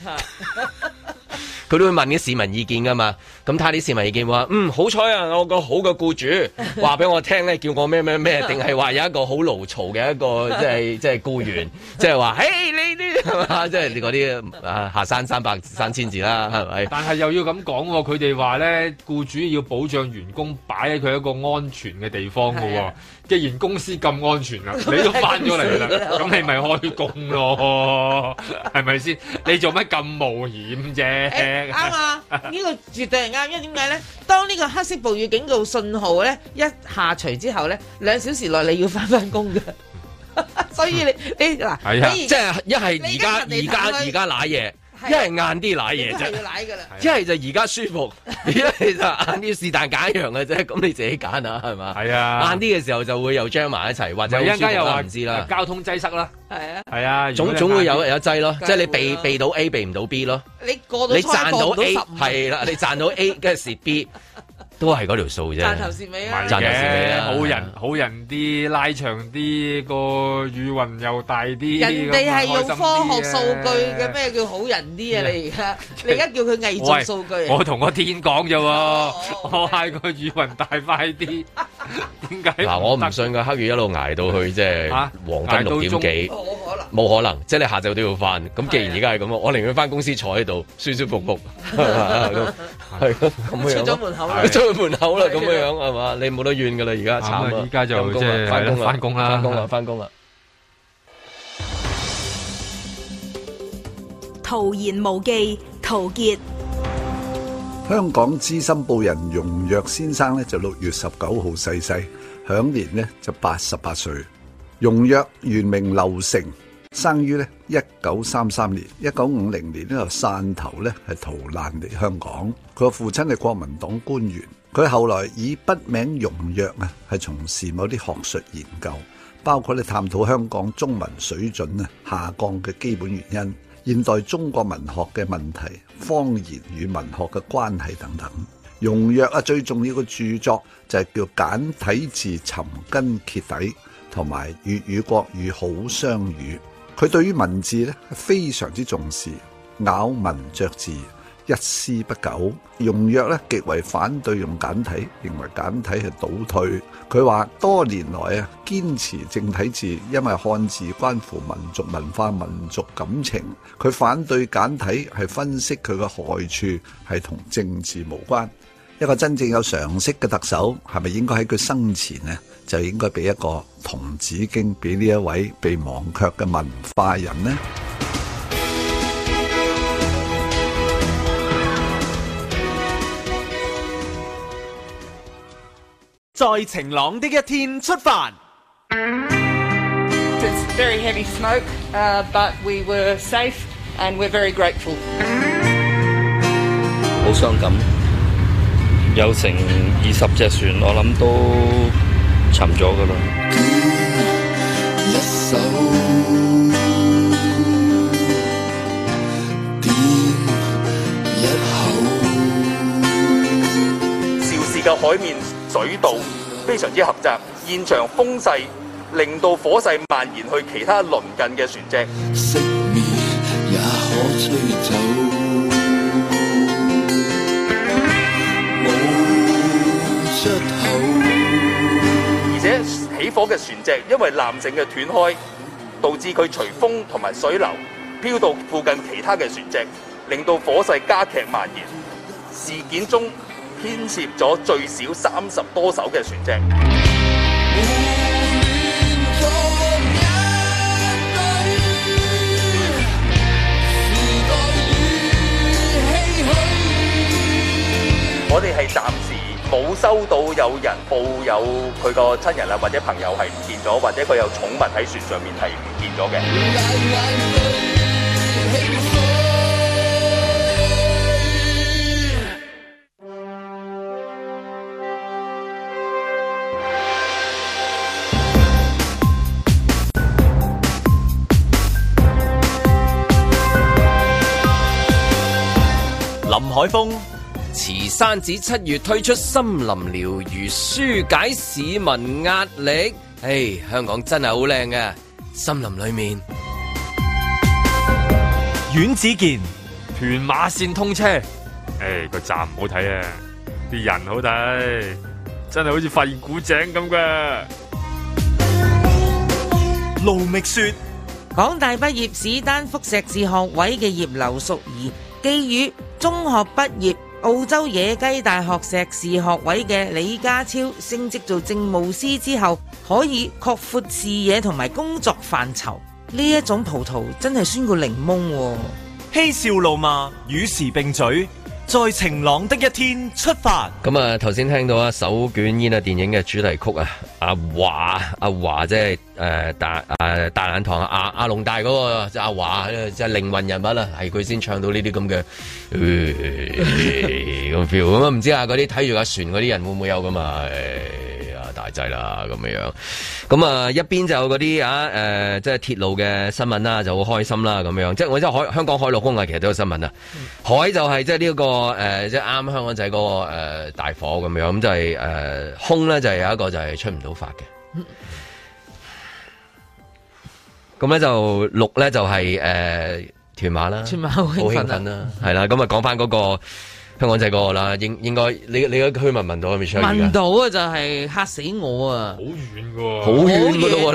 佢都會問啲市民意見㗎嘛。咁睇下啲市民意見話，嗯，好彩啊，我個好嘅僱主 話俾我聽咧，叫我咩咩咩，定係話有一個好牢嘈嘅一個即係即係僱員，即係話，誒你呢係嘛，即係你嗰啲啊下山三百三千字啦，係咪？
但係又要咁講喎，佢哋話咧，僱主要保障員工擺喺佢一個安全嘅地方嘅
係啊
喎。既然公司咁安全 啦，
咁
你都翻咗
你
嚟
係公司
啦，
㗎啦
咁你咪開工咯，係咪先？你做乜咁冒險啫？
誒啱啊！呢個絕對係啱，因為點解咧？當呢個黑色暴雨警告信號咧一下除之後咧，兩小時內你要翻翻工嘅， 所以你你嗱，
係啊，
你而
即係一
你
係而家
你
而家
你
而家攋嘢，
係啊
一係晏啲攋
你
嘢
都
啫
係。要奶㗎啦。
一係就而家舒 服，一係就晏啲是但揀一樣嘅啫，咁你自己揀啊，係嘛？
係啊
晏啲嘅時候就會又將埋一齊，或者
咪
好
一陣
舒服
間又
啦
話
唔知啦。
交通擠塞啦，
係啊，
係啊，如果
總
你
總會有
晏
有擠咯，
梗係
即係你
會
避
啦
避到 A，避唔到 B 咯。
你過到
你
初一
賺
過
到
唔
A
十五
係啦，你賺到 A 跟住蝕 B，都係嗰條數啫。
賺頭蝕尾啊！
賺頭蝕尾
嘅
啊！
好人好人啲，拉長啲，個雨雲又大啲，
人哋係用科學數
à.
據嘅
咩？
咩叫好人啲啊？你而家你而家叫佢偽造數據
喂
啊
我？同個天講啫喎，我嗌個雨雲大快啲，點解？
嗱，我唔信個黑雨一路捱到去即係
嚇
黃金六點幾，冇可能，即係你下晝都要翻。咁既然而家係咁啊，我寧願翻公司坐喺度舒舒服服，
嗯
係啊
啊
咁啊咁樣
出咗
咯。
門口啦
出，咗門口啦，咁樣樣係嘛？你冇得怨噶啦，而家慘
咁啊
啊！
依家就
陰公啊
即係
返
返工啦
翻工啦，翻工啦。
徒言無忌，陶傑。
香港資深報人容若先生呢，就六月十九號逝世，享年呢就八十八歲。容若原名劉成，生於呢一九三三年，一九五零年呢就汕頭呢係逃難嚟香港。佢個父親係國民黨官員，佢後來以筆名容若啊，係從事某啲學術研究。包括咧探討香港中文水準咧下降嘅基本原因、現代中國文學嘅問題、方言與文學嘅關係等等。容若啊，最重要嘅著作就係叫《簡體字尋根揭底》同埋《粵語國語好相語》。佢對於文字咧係非常之重視，咬文嚼字，一絲不苟。容若咧極為反對用簡體，認為簡體係倒退。佢話多年來啊，堅持正體字，因為漢字關乎民族文化、民族感情。佢反對簡體係分析佢嘅害處，係同政治無關。一個真正有常識嘅特首，係咪應該喺佢生前呢，就應該俾一個童子經俾呢一位被忘卻嘅文化人呢？
在晴朗的一天出發。
It's very heavy smoke, uh, but we were safe and we're very grateful.
好傷感，有成二十隻船，我諗都沉咗噶啦。
肇事嘅海面水道非常之狹窄，現場風勢令到火勢蔓延去其他鄰近嘅船隻。
也可吹走。冇出口。
而且起火嘅船隻因為艦繩嘅斷開，導致佢隨風同埋水流飄到附近其他嘅船隻，令到火勢加劇蔓延。事件中牽涉咗最少三十多艘嘅船隻。我哋係暫時冇收到有人報有佢個親人啊，或者朋友係唔見咗，或者佢有寵物喺船上面係唔見咗嘅。
林海峰，慈山寺七月推出森林療愈，舒解市民壓力。唉，香港真係好靚嘅，森林裏面。
阮子健，屯馬線通車，诶個站唔好睇啊，啲人好睇，真係好似發現古井咁噶。
卢觅雪，
港大畢業史丹福碩士學位嘅葉劉淑儀，寄語中學畢業澳洲野雞大學碩士學位嘅李家超升職做政務司之後，可以擴闊視野同埋工作範疇。呢一種葡萄真係酸過檸檬喎、
嬉笑怒罵，與時並舉，在晴朗的一天出發。
咁啊，頭先聽到啊手捲煙啊電影嘅主題曲啊，阿華阿華即係誒大誒大冷堂啊阿阿龍大嗰個就阿華呃即係靈魂人物啦，係佢先唱到呢啲咁嘅呃咁 feel 咁啊，唔知啊嗰啲睇住架船嗰啲人會唔會有咁啊？唉啊大劑啦咁樣樣，咁啊一邊就嗰啲啊誒，即係鐵路嘅新聞啦，就好開心啦咁樣。即係我即係海香港海陸空啊，其實都有新聞啊。
嗯
海就係即係呢個誒，即係啱香港仔嗰個誒大火咁樣，咁就係誒空咧就係有一個就係出唔到發嘅。咁咧就六咧就係、呃、團馬啦，團
團馬好
好
興奮
興
啊
奮啦，係啦。咁啊講翻嗰個香港仔嗰個啦，應應該你你嗰區聞唔聞到啊？Michelle 而
聞
家
到啊，就係嚇死我啊！
好遠㗎咯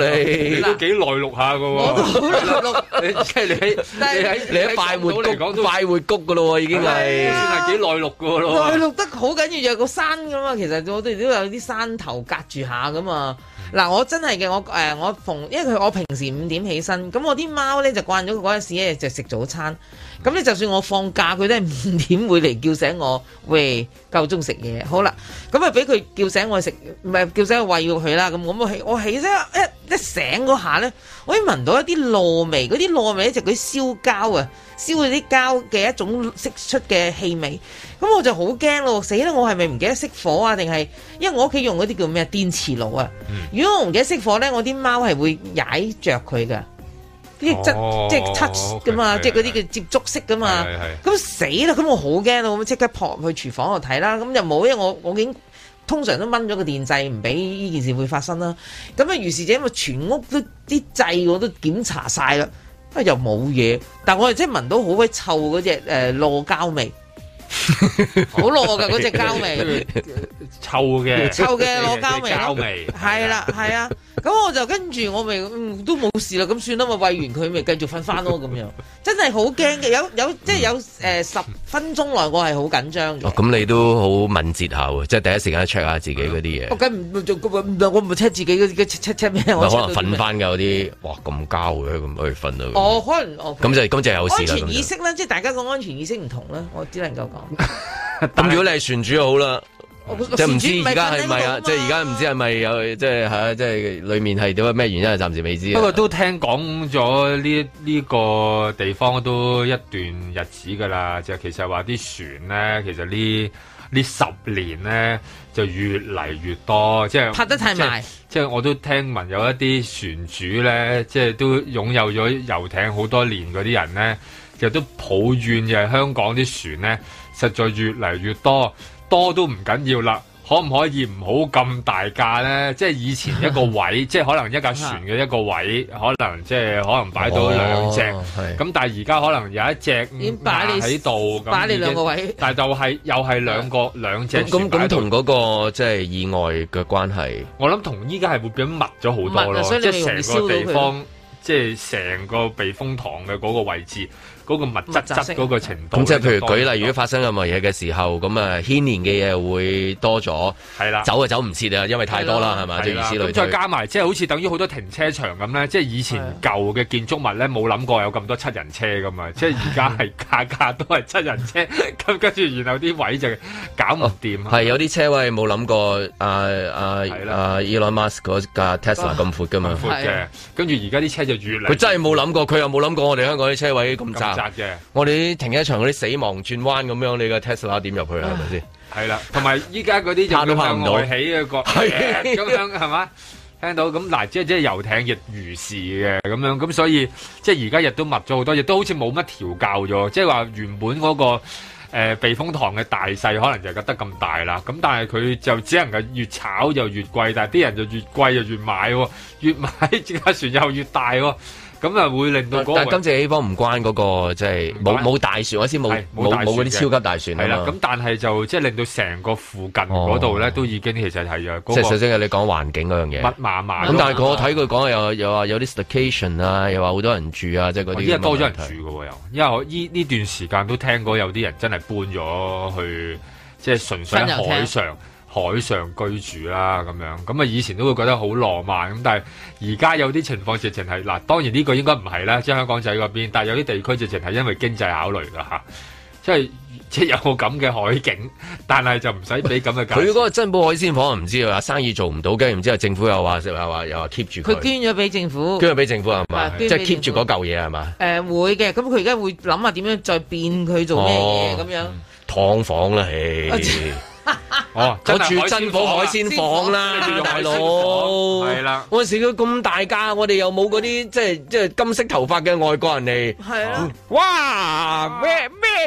喎
你
你
都。幾內陸下噶喎，你即係你喺
但係
你喺
你喺快活谷快活谷噶咯喎，已經係
啊
先係幾內陸噶咯
內
喎。
陸得好緊要，有個山噶嘛。其實我哋都有啲山頭隔住下噶嘛。嗱，我真係嘅，我誒、呃我逢，因為佢我平時五點起身，咁我啲貓咧就慣咗佢嗰陣時咧就食早餐。咁你就算我放假，佢都係五點會嚟叫醒我，喂，夠鐘食嘢。好啦，咁啊俾佢叫醒我食，唔係叫醒我餵佢啦。咁咁我起我起身一一醒嗰下咧，我已經聞到一啲糯味，嗰啲糯味咧就係嗰啲燒膠啊，燒嗰啲膠嘅一種釋出嘅氣味。咁我就好驚咯，死啦！我係咪唔記得熄火啊？定係因為我屋企用嗰啲叫咩電磁爐啊？
嗯
如果我唔記得熄火咧，我啲貓係會踩着佢噶，呢啲質、
哦
即係 touch 噶嘛，
OK，
即係嗰啲叫接觸式噶
係
嘛
係。
咁死啦！咁我好驚咯，咁即刻撲入去廚房度睇啦。咁就冇，因為我我已經通常都掹咗個電掣，唔俾呢件事會發生啦。咁啊，如是者，因為全屋都啲掣我都檢查晒啦，啊又冇嘢，但我係即係聞到好鬼臭嗰只誒燶膠味。好糯噶嗰隻膠味，
臭嘅，
臭嘅攞膠味咯
膠味。
係啦係啊，咁我就跟住我咪、嗯、都冇事啦，咁算啦，咪餵完佢咪繼續瞓翻咯咁樣，真係好驚嘅，有有即係有誒十、分鐘內我係好緊張嘅。
哦，咁你都好敏捷下喎，即係第一時間 check 下自己嗰啲嘢
我。梗唔做，我唔 check 自己嘅嘅 check check 咩？哦我
咪可能
check 到啲
瞓
咩
翻㗎嗰啲，哇咁膠嘅咁去瞓啊！
哦，可能哦，
咁就咁就有事啦
安全意
咁
識啦，即係大家個安全意識唔同啦，我只能夠講。
咁如果你係船主好啦
我。
即係唔
哦船主唔
知
係
而家係咪
瞓喺
啊？
嗰度
即係而家唔知係咪有即係嚇，即係裡面係點咩原因係暫時未知啊。
不過都聽講咗呢呢個地方都一段日子㗎啦，就其實話啲船咧，其實呢呢十年咧就越嚟越多，即係
拍得太埋
即係即係我都聽聞有一啲船主咧，即係都擁有咗遊艇好多年嗰啲人咧，其實都抱怨就係香港啲船咧，實在越嚟越多，多都唔緊要啦。可唔可以唔好咁大架咧？即係以前一個 位，即係可能一架船嘅一個位，可能即係可能擺到兩隻。
哦係
咁但係而家可能有一隻
已經擺你
壓喺度，咁
擺你
已經
兩個位
但係就係又係兩個兩隻
咁咁
船擺
咁
喺度
同嗰個即係意外嘅關係，
我諗同依家係會變密咗好多
密啊所
咯，
以你
即
咪
係成個
容
地
易燒到佢
方，即係成個避風塘嘅嗰個位置，嗰、個密質
密集式啊
質嗰個程度。
咁即係譬如舉例，如果發生任何嘢嘅時候，咁啊牽連嘅嘢會多咗，
係啦，
走就走唔切啊，因為太多啦，係咪？即係如此類
咁再
推。
加埋，即係好似等於好多停車場咁咧，即係以
啊
前舊嘅建築物咧，冇諗過有咁多七人車噶嘛，即係而家 係架架都係七人車，咁跟住然後啲位就搞唔掂。
哦係有啲車位冇諗過，啊啊啊 Elon Musk 嗰架 Tesla 咁闊噶嘛，
啊闊嘅，跟住而家啲車就越嚟
佢真係冇諗過，佢又冇諗過我哋香港啲車位咁
咁窄
窄。
嘅。
我哋啲停車場嗰啲死亡轉彎咁樣，你個 Tesla 點入去啊？係咪先？
係啦，同埋依家嗰啲
拍都
就
拍唔到
向外起嘅 角，咁樣係嘛？聽到咁嗱，即係即係遊艇亦如是嘅咁樣，咁所以即係而家亦都密咗好多，亦都好似冇乜調教咗，即係話原本嗰、個。誒、避風塘嘅大細可能就係覺得咁大啦，咁但係佢就只能夠越炒就越貴，但係啲人就越貴就越買喎，越買架船又越大喎，咁啊會令到嗰
但
個
今次 A 方唔關嗰個即係冇冇大船，我先冇
係
冇
大
冇嗰
船
啲超
嘅
級大船
係
啊
啦，
嘛
咁但係就即係令到成個附近嗰度咧都已經其實係啊，
即係
嗰
首
個
先係你講環境嗰樣嘢。
密麻麻
咁但係我睇佢講又又話有啲 station 啊，又話好多人住啊，即係嗰啲。
依家多咗人住嘅喎又，因為我依呢段時間都聽過有啲人真係搬咗去，即係純粹喺海上海上居住啦咁樣。咁啊以前都會覺得好浪漫咁，但係而家有啲情況直情係嗱，當然呢個應該唔係啦，即係香港仔嗰邊，但係有啲地區直情係因為經濟考慮㗎嚇，即係 即係有個咁嘅海景，但係就唔使俾咁嘅價
佢嗰
錢。
個珍寶海鮮房唔知啊，生意做唔到，跟住然之後政府又話又話又話 keep 住
佢
佢，
捐咗俾政府，
跟住俾政府係嘛
啊，
即
捐
係
俾
keep 住嗰嚿嘢係嘛，
誒會嘅，咁佢而家會諗下點樣再變佢做咩嘢
哦
咁樣。
劏房啦，
啊
唉
真。
哦
我
真
住
係海鮮
珍寶海鮮房啊
鮮房
啦，大佬。
係啦，
嗰陣時佢咁大家，我哋又冇嗰啲即係即係金色頭髮嘅外國人嚟。
係
嗯
啊，
哇啊咩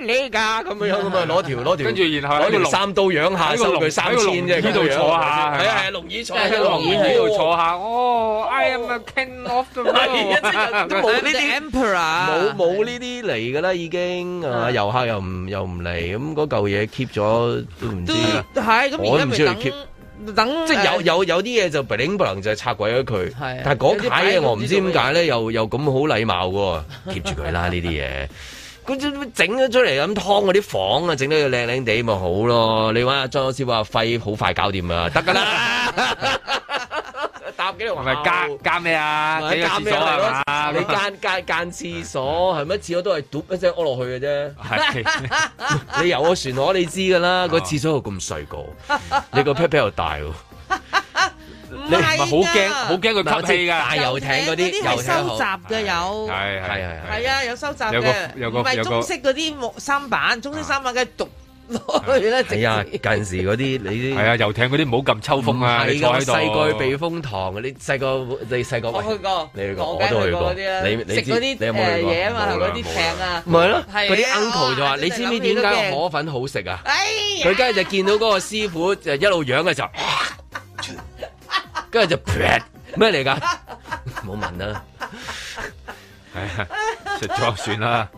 咩你㗎咁樣 咁啊攞條攞條，
跟住然後喺
攞
個
條
籠
三刀養下
喺個
收佢
籠
三
喺個籠
千啫，
呢度
咁樣
坐下，
係啊係
係
啊，龍椅坐
喺個龍椅呢度坐下，哦，I "Oh, am a king of the
啊
world，
都冇呢啲
emperor 啊
冇冇呢啲嚟㗎啦，已經係嘛？遊客又唔又唔嚟，咁嗰嚿嘢 keep 咗都唔知啦。
係咁
我
而家
都唔
咪
知佢
等
keep。
等
即係有
誒
有有啲嘢就 bling bling 就拆鬼咗佢，
係啊
但係嗰排嘢
有啲擺
我唔知點解咧，又又咁好禮貌嘅喎，貼住佢啦呢啲嘢。 佢整咗出嚟咁劏嗰啲房啊，整到佢靚靚地咪好咯。你話莊老師話肺好快搞掂啊，得 㗎啦。搭幾條
係咪加加咩啊？幾個廁所啊係嘛？
你間間間廁所係咪？廁所都係嘟一聲屙落去嘅啫。你游個船河你知㗎啦，個廁所又咁細 個，你個 pat pat 又大喎。
唔係㗎
嗱我知大遊艇嗰啲
嗰啲係
遊艇
收
好
集嘅有。
係係
係啊，有收集
有個
嘅，
有個
唔係
有個
中式嗰啲木三板，中式三板梗係獨落去啦，直
係啊，近時嗰啲你啲
係啊，遊艇嗰啲唔好咁
Ừ,
抽風啊！你
係
坐
㗎，
喺度，
細個去避風塘，你細個你細個
我去過，
你去過，
我
我
梗
都
係
去
去
過
過嗰啲啦，
你你
食
知
嗰
你有
啲
冇去
誒
過？
嘢啊嘛，嗰啲艇啊，
咪係咯，
係
嗰啲
啊
uncle 就話：你知唔知點解河粉好食啊？佢跟住就見到嗰個師傅就一路養嘅時候，跟住就啪咩嚟㗎？冇問啦，
係啊，食咗算啦。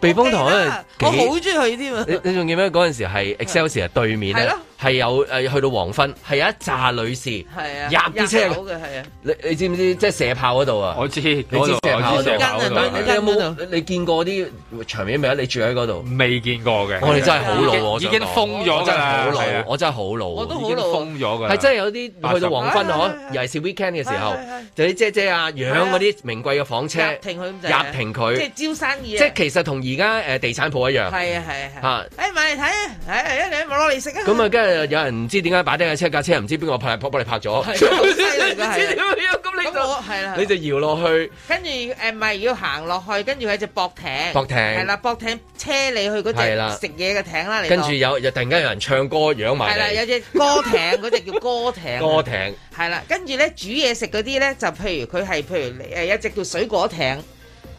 避風塘咧
我好
幾
中意去添啊！
你你仲記唔記得嗰陣時係 Excelsior 對面
係
咧
咯，
係有誒去到黃昏，係有一紮女士
係啊，
入啲車
入。嘅係啊，
你你知唔知即係射炮嗰度啊？
我知，
你知射炮
我知射
嗰度
炮嗰度
你你有冇你見過啲場面未啊？你住喺嗰度？
未見過嘅
我哋真係好老喎，我
已
想
經
講
封咗
我真
㗎
係
啦
好
係啊
老，我真係好老。
我都
已
好
經
老啊。
封咗㗎啦。
係真係有啲去到黃昏
80
可，尤其是 weekend 嘅時候，就啲姐姐啊養嗰啲名貴嘅房車，
入停佢咁滯啊
入停佢，
即係招生意
即
啊！
係其實同而家誒地產鋪一樣。
係啊係啊係
嚇
啊！誒買嚟睇啊！誒一兩冇攞嚟食啊！
咁啊，跟住有人唔知點解擺低架車，架車唔知邊個拍，幫你拍咗，
係啊好犀利㗎係啊
咁你
就係啦，
你就搖落去。
跟住誒咪要行落去，跟住係只駁艇，
駁艇
係啦，駁艇車你去
係啦
嗰只食嘢嘅艇啦，你
跟住
當
有又突然間有人唱歌養埋
係啦，有
嚟，
隻歌艇嗰只叫歌艇，
歌艇
係啦，跟住咧煮嘢食嗰啲咧就譬如佢係譬如誒有一隻叫水果艇，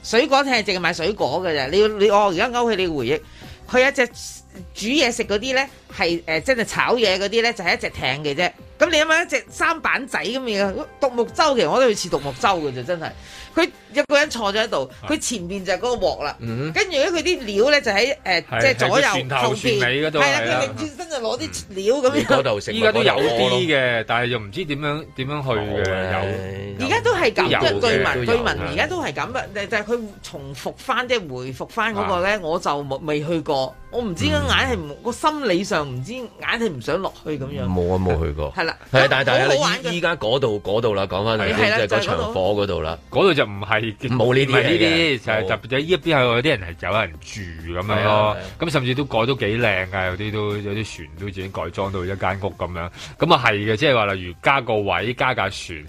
水果艇係淨係賣水果嘅啫。你要你我而家勾起你回憶，佢有一隻煮嘢食嗰啲咧係誒真係炒嘢嗰啲咧就係、一隻艇嘅啫。咁你諗下一隻三板仔咁嘅獨木舟，其實我都去似獨木舟嘅啫，真係。佢一個人坐咗喺度，佢前面就係嗰個鑊啦，
嗯
跟住咧佢啲料咧就喺誒、
係
即係左右
喺個船頭
後
船
邊，
尾嗰度
係啦，
係啦啊
佢擰轉身就攞啲料咁樣。
依家都有啲嘅，但係又唔知點樣點樣去嘅啊有。
而家都係咁
有
嘅，
嘅
據
都
聞據
有
聞
係
而家都係咁嘅，但但係佢重複翻即係回復翻嗰個咧，我就冇未去過，我唔知點解硬係唔個心理上唔知硬係唔想落去咁樣。
冇啊冇去過。
係啦
係但係但
好好玩
係依依家嗰度嗰度啦，講翻嚟
係啦
即係嗰
就係嗰度
場火嗰度啦，
嗰度就唔係
冇呢啲
唔係呢啲，
嘢嘅
就係
冇
特別就依一邊係有啲人係有人住咁
係
樣
啊
咯，咁甚至都改都幾靚㗎，有啲都有啲船都自己改裝到一間屋咁樣，咁啊係嘅，即係話例如加個位加架船。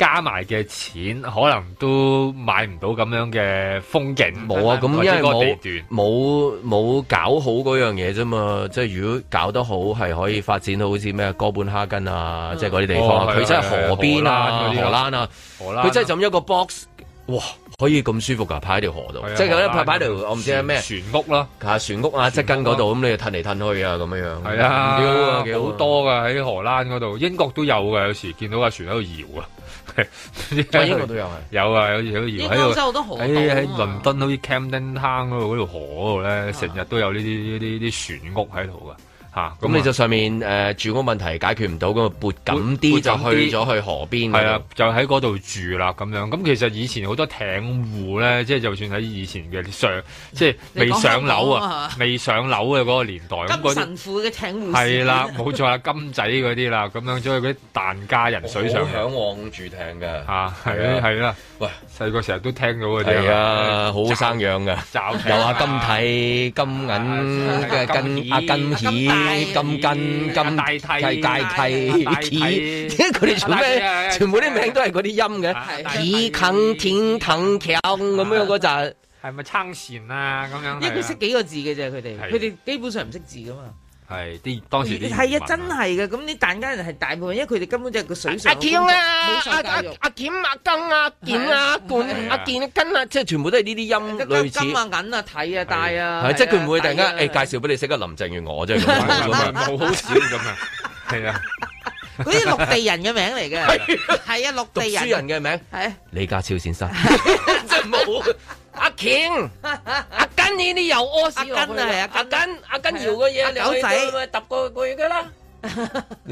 加埋嘅錢可能都買唔到咁樣嘅風景，
冇啊，咁因
或者
為
嗰個地
冇
段。
冇冇搞好嗰樣嘢啫嘛，即係如果搞得好係可以發展到好似咩哥本哈根
嗯
啊，即係嗰啲地方
哦
啊，
係
佢真係
係係
河邊啊，
荷蘭嗰
荷
啲啊
蘭啊，
荷蘭啊
佢真係就咁一個 box，哇，可以咁舒服㗎，排喺條河度
係啊，嗯
即係有
荷
一
蘭
排排
嗰
條
啲
我唔知係咩
船屋啦，
啊船屋啊，側根嗰度咁你就褪嚟褪去啊咁樣樣，
嗯係啊，
幾好啊，幾好
好
啊
多噶喺荷蘭嗰度，英國都有噶，有時見到架船喺度搖啊，
喂英國都有係
有啊，有有
英
搖
國
喺
真係好多
度，
河道啊啊
喺喺倫敦好似 Camden Town 嗰度嗰條河嗰度咧，成日都有呢啲呢啲呢啲船屋喺度噶嚇。啊
咁你就上面誒、呃住屋問題解決唔到，咁啊撥緊啲就去咗去河邊嗰度。
係啊，就喺嗰度住啦咁樣。咁其實以前好多艇戶咧，即係就算喺以前嘅上， 即係未上樓
你講香港啊
啊，未上樓嘅嗰個年代，咁
金
嗰啲
神父嘅艇護士
係啦，冇錯啦，金仔嗰啲啦，咁樣所以嗰啲疍家人水上
好向往住艇嘅
嚇，係
係啊
啊係啦，
喂，
細個成日都聽到嗰啲
係啊，好生養噶，有啊金體、金銀嘅
金
金啊金喜、金根、金大
梯
大
大
梯、
梯
體，佢哋做
大
咩？
梯
全部啲名都係嗰啲音嘅，體坑、天坑、橋咁樣嗰陣。
係咪撐船啊？咁樣
因為佢識
係
幾個字嘅啫，佢哋
係
佢哋基本上唔識字噶嘛。
啊係啲當時啲
係
漁民
啊，真係嘅。咁啲疍家人係大部分，因為佢哋根本就係個水上
阿
嘅
鉗
工作
啊
冇受教育。
阿鉗啊根啊劍啊罐啊劍啊根啊，即係全部都係呢啲音類
金啊
似。
銀啊睇啊戴啊，
係，即係佢唔會突然間
係啊
誒介紹俾你識個林鄭月 娥，即係
唔係
咁
唔係冇好少咁啊，係啊，
嗰啲陸地人嘅名嚟嘅，係啊，陸
讀
地
書人嘅名
係
李家超先生，即係冇阿鉗。阿根呢啲又屙屎落去啦阿根阿根搖嘅嘢，
阿
你
狗
去
仔
到咪揼過佢噶啦。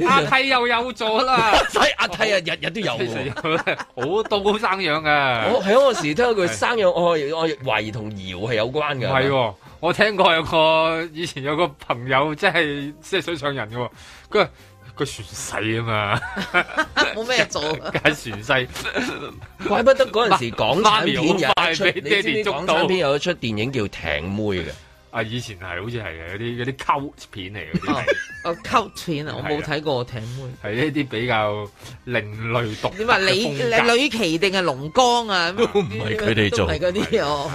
阿替又有咗啦，
阿替啊，日日 都 有
其實
喎。
好多好生養嘅。
我喺嗰時聽到佢生養，我我懷疑同搖係有關嘅。
唔係喎，我聽過有個以前有個朋友，即係即係水上人嘅喎，佢話佢船細啊嘛，
冇咩做。
梗係船細，
怪不得嗰陣時港產 片
媽
有
咪好
一
快
出，
俾
你知
爹
唔知
哋捉
港
到
產片有一出電影叫《艇妹》嘅？
啊，以前係好似係嘅，嗰啲嗰啲溝片嚟嘅，嗰啲係
哦，溝錢啊！我冇睇過艇妹。
係一啲比較另類獨特
啊你話
嘅
李
風格
李奇定係龍江啊？都唔
係佢哋做
唔係嗰啲哦。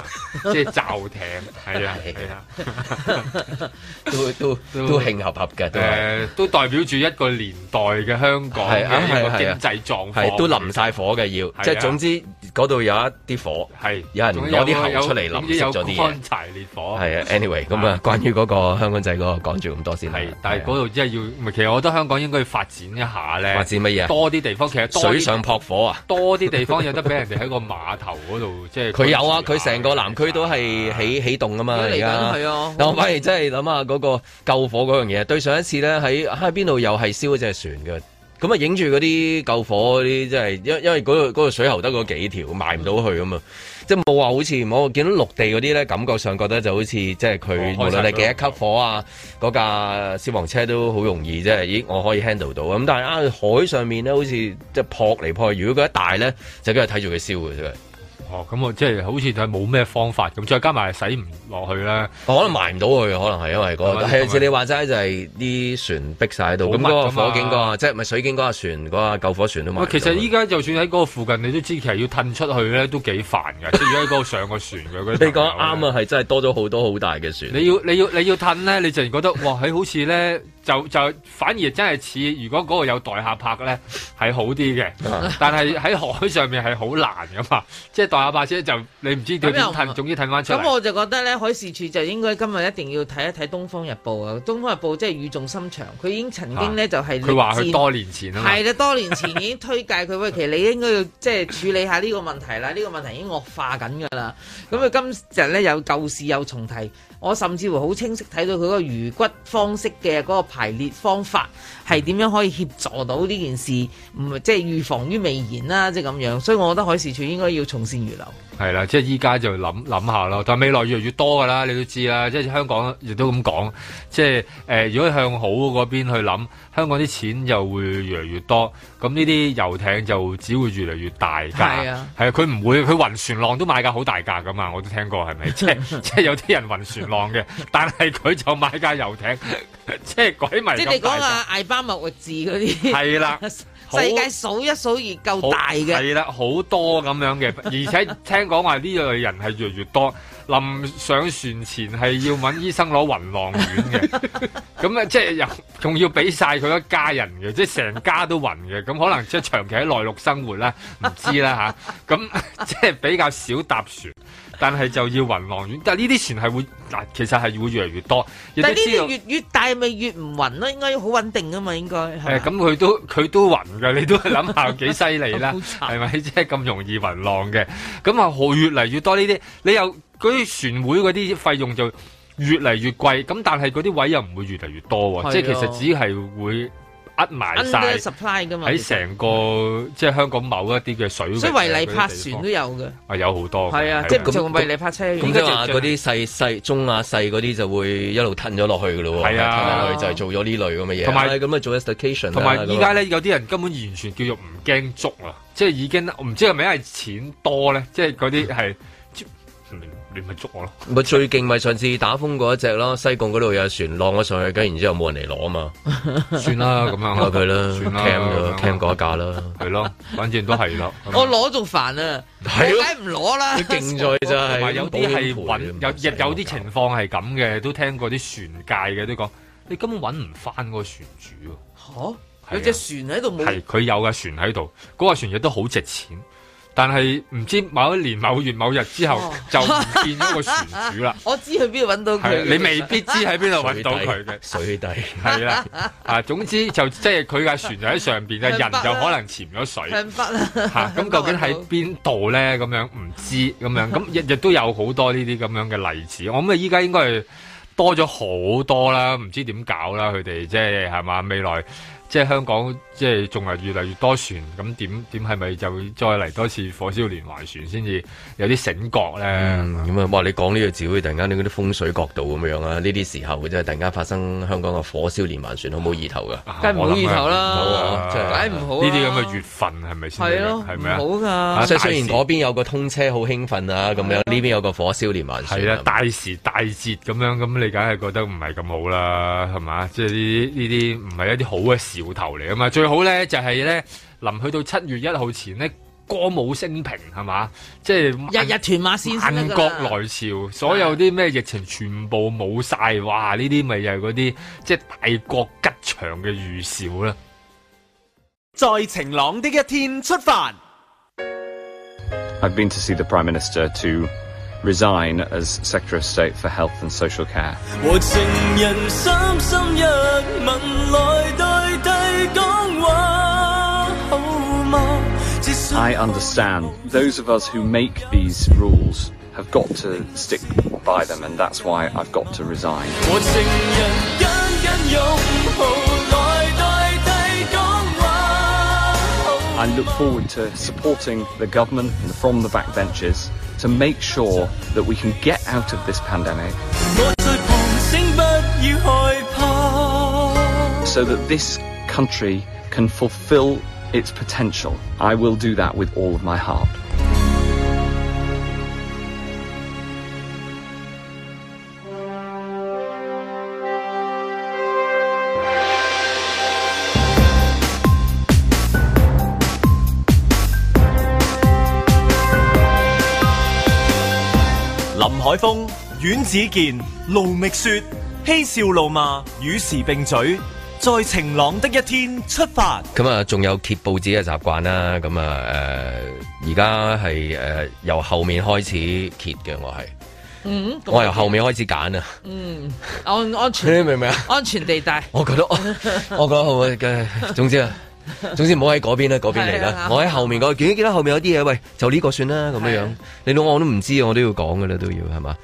即係罩艇，係啊係啊，
都都都慶合合嘅，都係
誒都代表住一個年代嘅香港嘅
係
一
啊係啊
個
係啊
經濟狀況，
係都淋晒火嘅要，
啊
即係總之嗰度有一啲火，
係
有人
總之
攞啲
有
喉出嚟
總
淋
之
熄
有
咗啲嘢
乾。柴烈火，
係啊，anyway，咁啊，關於嗰個香港仔嗰個講住咁多先啦。啊係，
但係嗰度真係要，唔係其實我覺得香港應該要發展一下咧。
發展乜嘢啊
多啲地方，其實多啲
水上撲火啊！
多啲地方有得俾人哋喺個碼頭嗰度， 即係
佢有啊，佢成個南區都係起起動啊嘛，
而家
而家
嚟緊係
哦
啊
但我反而真係諗下嗰個救火嗰樣嘢，對上一次咧喺喺邊度又係燒嗰只船嘅。咁啊，影住嗰啲救火嗰啲，真係因因為嗰度嗰度水喉得嗰幾條，賣唔到去咁啊，即係冇話好似我見到陸地嗰啲咧，感覺上覺得就好似即係佢
哦
無
開晒
論你幾
水
一級火啊，嗰架消防車都好容易即係，咦我可以 handle 到咁，但係啊海上面咧好似即係撲嚟撲去，如果佢一大咧，就梗係睇住佢燒嘅啫。
哦，咁我即係好似係冇咩方法咁，再加埋洗唔落去啦。
哦可能埋唔到佢，可能係因為
係
嗰個
咪
係似你話齋就係啲船逼晒喺度，咁
好密
嗰個
㗎嘛
火警嗰個即係咪水警嗰個船嗰個救火船都啊埋唔
喂，
到。
啊其實依家就算喺嗰個附近，你都知其實要褪出去咧都幾煩㗎。即係如果喺嗰度上個船嘅嗰啲，
你講啱啊，。係真係多咗好多好大嘅船。
你要你要你要褪咧，你就然覺得哇，佢好似咧就就反而真係似，如果嗰個有代下拍咧係好啲嘅
啊，
但係喺海上面係好難噶嘛，即係代下拍車就你唔知佢點
咁又唔
褪，總之褪翻出
咁
嚟。
我就覺得咧，海事處就應該今日一定要睇一睇《東方日報》啊，《東方日報》真係語重心長，佢已經曾經咧就係
佢話
力
佢
戰
多年前啊嘛，
係啦，多年前已經推介佢，喂，其實你應該要即係處理下呢個問題啦，呢、個問題已經惡化緊㗎啦。咁佢今日咧有舊事又重提，我甚至乎好清晰睇到佢嗰個魚骨方式嘅嗰個排列方法係點樣可以協助到呢件事，唔係即係預防於未然啦，即係咁樣。所以我覺得海事處應該要從善如流。
係啦，即係依家就諗諗下咯，但係未來越嚟越多噶啦，你都知啦，即係香港亦都咁講，即係誒、呃如果向好嗰邊去諗，香港啲錢就會越嚟越多，咁呢啲遊艇就只會越嚟越大價，
係啊
係佢唔會，佢暈船浪都買架好大價噶嘛，我都聽過 係咪？即係即係有啲人暈船浪嘅，但係佢就買架遊艇，即係鬼迷
即係你
咁
講
大架。
啊，艾巴莫域治嗰啲
係啦好
世界數一數二夠大嘅。
係啦，好多咁樣嘅，而且聽講話呢類人係越嚟越多。臨上船前係要揾醫生攞暈浪丸嘅， 咁啊即係又仲要俾晒佢一家人嘅，即係成家都暈嘅，咁可能即係長期喺內陸生活啦，唔知 啦吓，咁 即係比較少搭船。但係就要暈浪丸，但係呢啲船係會嗱，其實係會越嚟越多。亦都
但係
知
呢
道
啲越越大咪越唔穩咯，應該好穩定噶嘛，應該係
誒
嘛
咁佢都佢都暈㗎，你都諗下幾犀利啦
好，
係咪？即係咁容易暈浪嘅，咁啊好越嚟越多呢啲，你又嗰啲船會嗰啲費用就越嚟越貴，咁但係嗰啲位又唔會越嚟越多
係啊
喎，即係其實只係會呃埋晒
under supply 噶嘛，
喺成個即係香港某一啲嘅水域，
所以違例泊船都有嘅，
啊有好多
係啊，
嘅
即
咁
係仲違例泊車
咁即係話嗰啲細細中啊細嗰啲就會一路褪咗落去㗎咯喎，
係啊
褪咗落去就係做咗呢類咁嘅嘢，
同埋
唉咁啊啊做 station
同埋依家咧，有啲人根本完全叫做唔驚捉啊！即係已經我唔知係咪因為錢多咧，即係嗰啲係你你咪捉我咯。
咪最勁咪上次打風嗰一隻咯，西貢嗰度有船浪咗上去，跟然之後冇人嚟攞啊嘛，
算啦咁樣
由佢啦
啊算啦
，cam
咁樣
咗 cam 嗰一架啦，
係咯，反正都係咯。
我攞仲煩啊，我梗係唔攞啦，
勁在真係
同埋有啲係揾有亦有啲情況係咁嘅，都聽過啲船界嘅都講，你根本揾唔翻嗰個船主喎。
嚇
係
有
啊
隻船喺度冇
係佢有架船喺度，嗰、架船亦都好值錢，但係唔知某一年某月某日之後、
哦
就唔見咗個船 主啦。
我知去邊度揾到
係啊
佢，
你未必知喺邊 度揾到佢嘅
水底
係啦，啊，總之就即係佢架船就喺上 邊嘅人
向北啦
就可能潛咗水
向北 啦，
嚇，咁究竟喺邊度咧？咁樣唔知咁樣， 咁日日都有好多呢啲咁樣嘅例子。我諗啊，依家應該係多咗好多啦，唔知點搞啦，佢哋即係係嘛未來。即係香港，即係仲係越嚟越多船，咁點點係咪就再嚟多次火燒連環船先至有啲醒覺咧？
嗯咁啊，哇！你講呢個字會突然間啲嗰啲風水角度咁樣啊，呢啲時候嘅啫，突然間發生香港嘅火燒連環船，好冇意頭噶？
梗係唔好意頭啦
我諗啊唔好啊真係
梗係唔好啦
呢啲咁嘅月份係咪先？
係咯
係咪啊？
唔好㗎
啊
即係雖
大
然
時
嗰邊有個通車好興奮啊，咁樣呢邊有個火燒連環船，啊
係啦，啊大時大節咁樣，咁你梗係覺得唔係咁好啦，係嘛？即係呢啲呢啲唔係一啲好嘅兆頭嚟啊嘛！最好咧就係、咧，臨去到七月一號前咧，歌舞升平係嘛？即係
日日屯馬線先
萬
得
國
㗎啦
來潮，所有啲咩疫情全部冇晒，哇！呢啲咪又係嗰啲即係大國吉祥嘅預兆啦。
在晴朗的一天出發。
I've been to see the Prime Minister to resign as Secretary of State for Health and Social Care.
和情人三心一吻來代替講話好嗎？只需
I understand those of us who make these rules have got to stick by them, and that's why I've got to resign.
和情人緊緊擁抱來代替講話好
I look forward to supporting the government and from the backbenchers to make sure that we can get out of this pandemic
我在旁聲不要害怕。
so that this country can fulfill its potential. I will do that with all of my heart.
林海峰、阮子健、卢觅雪、嬉笑怒骂，与时并举，在晴朗的一天出发。
咁啊，仲有揭報紙嘅習慣啦。咁啊，誒而家係誒由後面開始揭嘅，我係
嗯，
啊
咁
我由後面開始 揀啊。
嗯安安全，
你明唔明啊？
安全地帶，
我覺得 我我覺得好嘅，總之啊。總之唔好喺嗰邊 啦，嗰邊嚟
係啊啊
啦。我喺後面嗰個，見見到後面有啲嘢，喂，就呢個算啦，咁樣樣。你到我都唔知，我都要講噶啦，都要係嘛？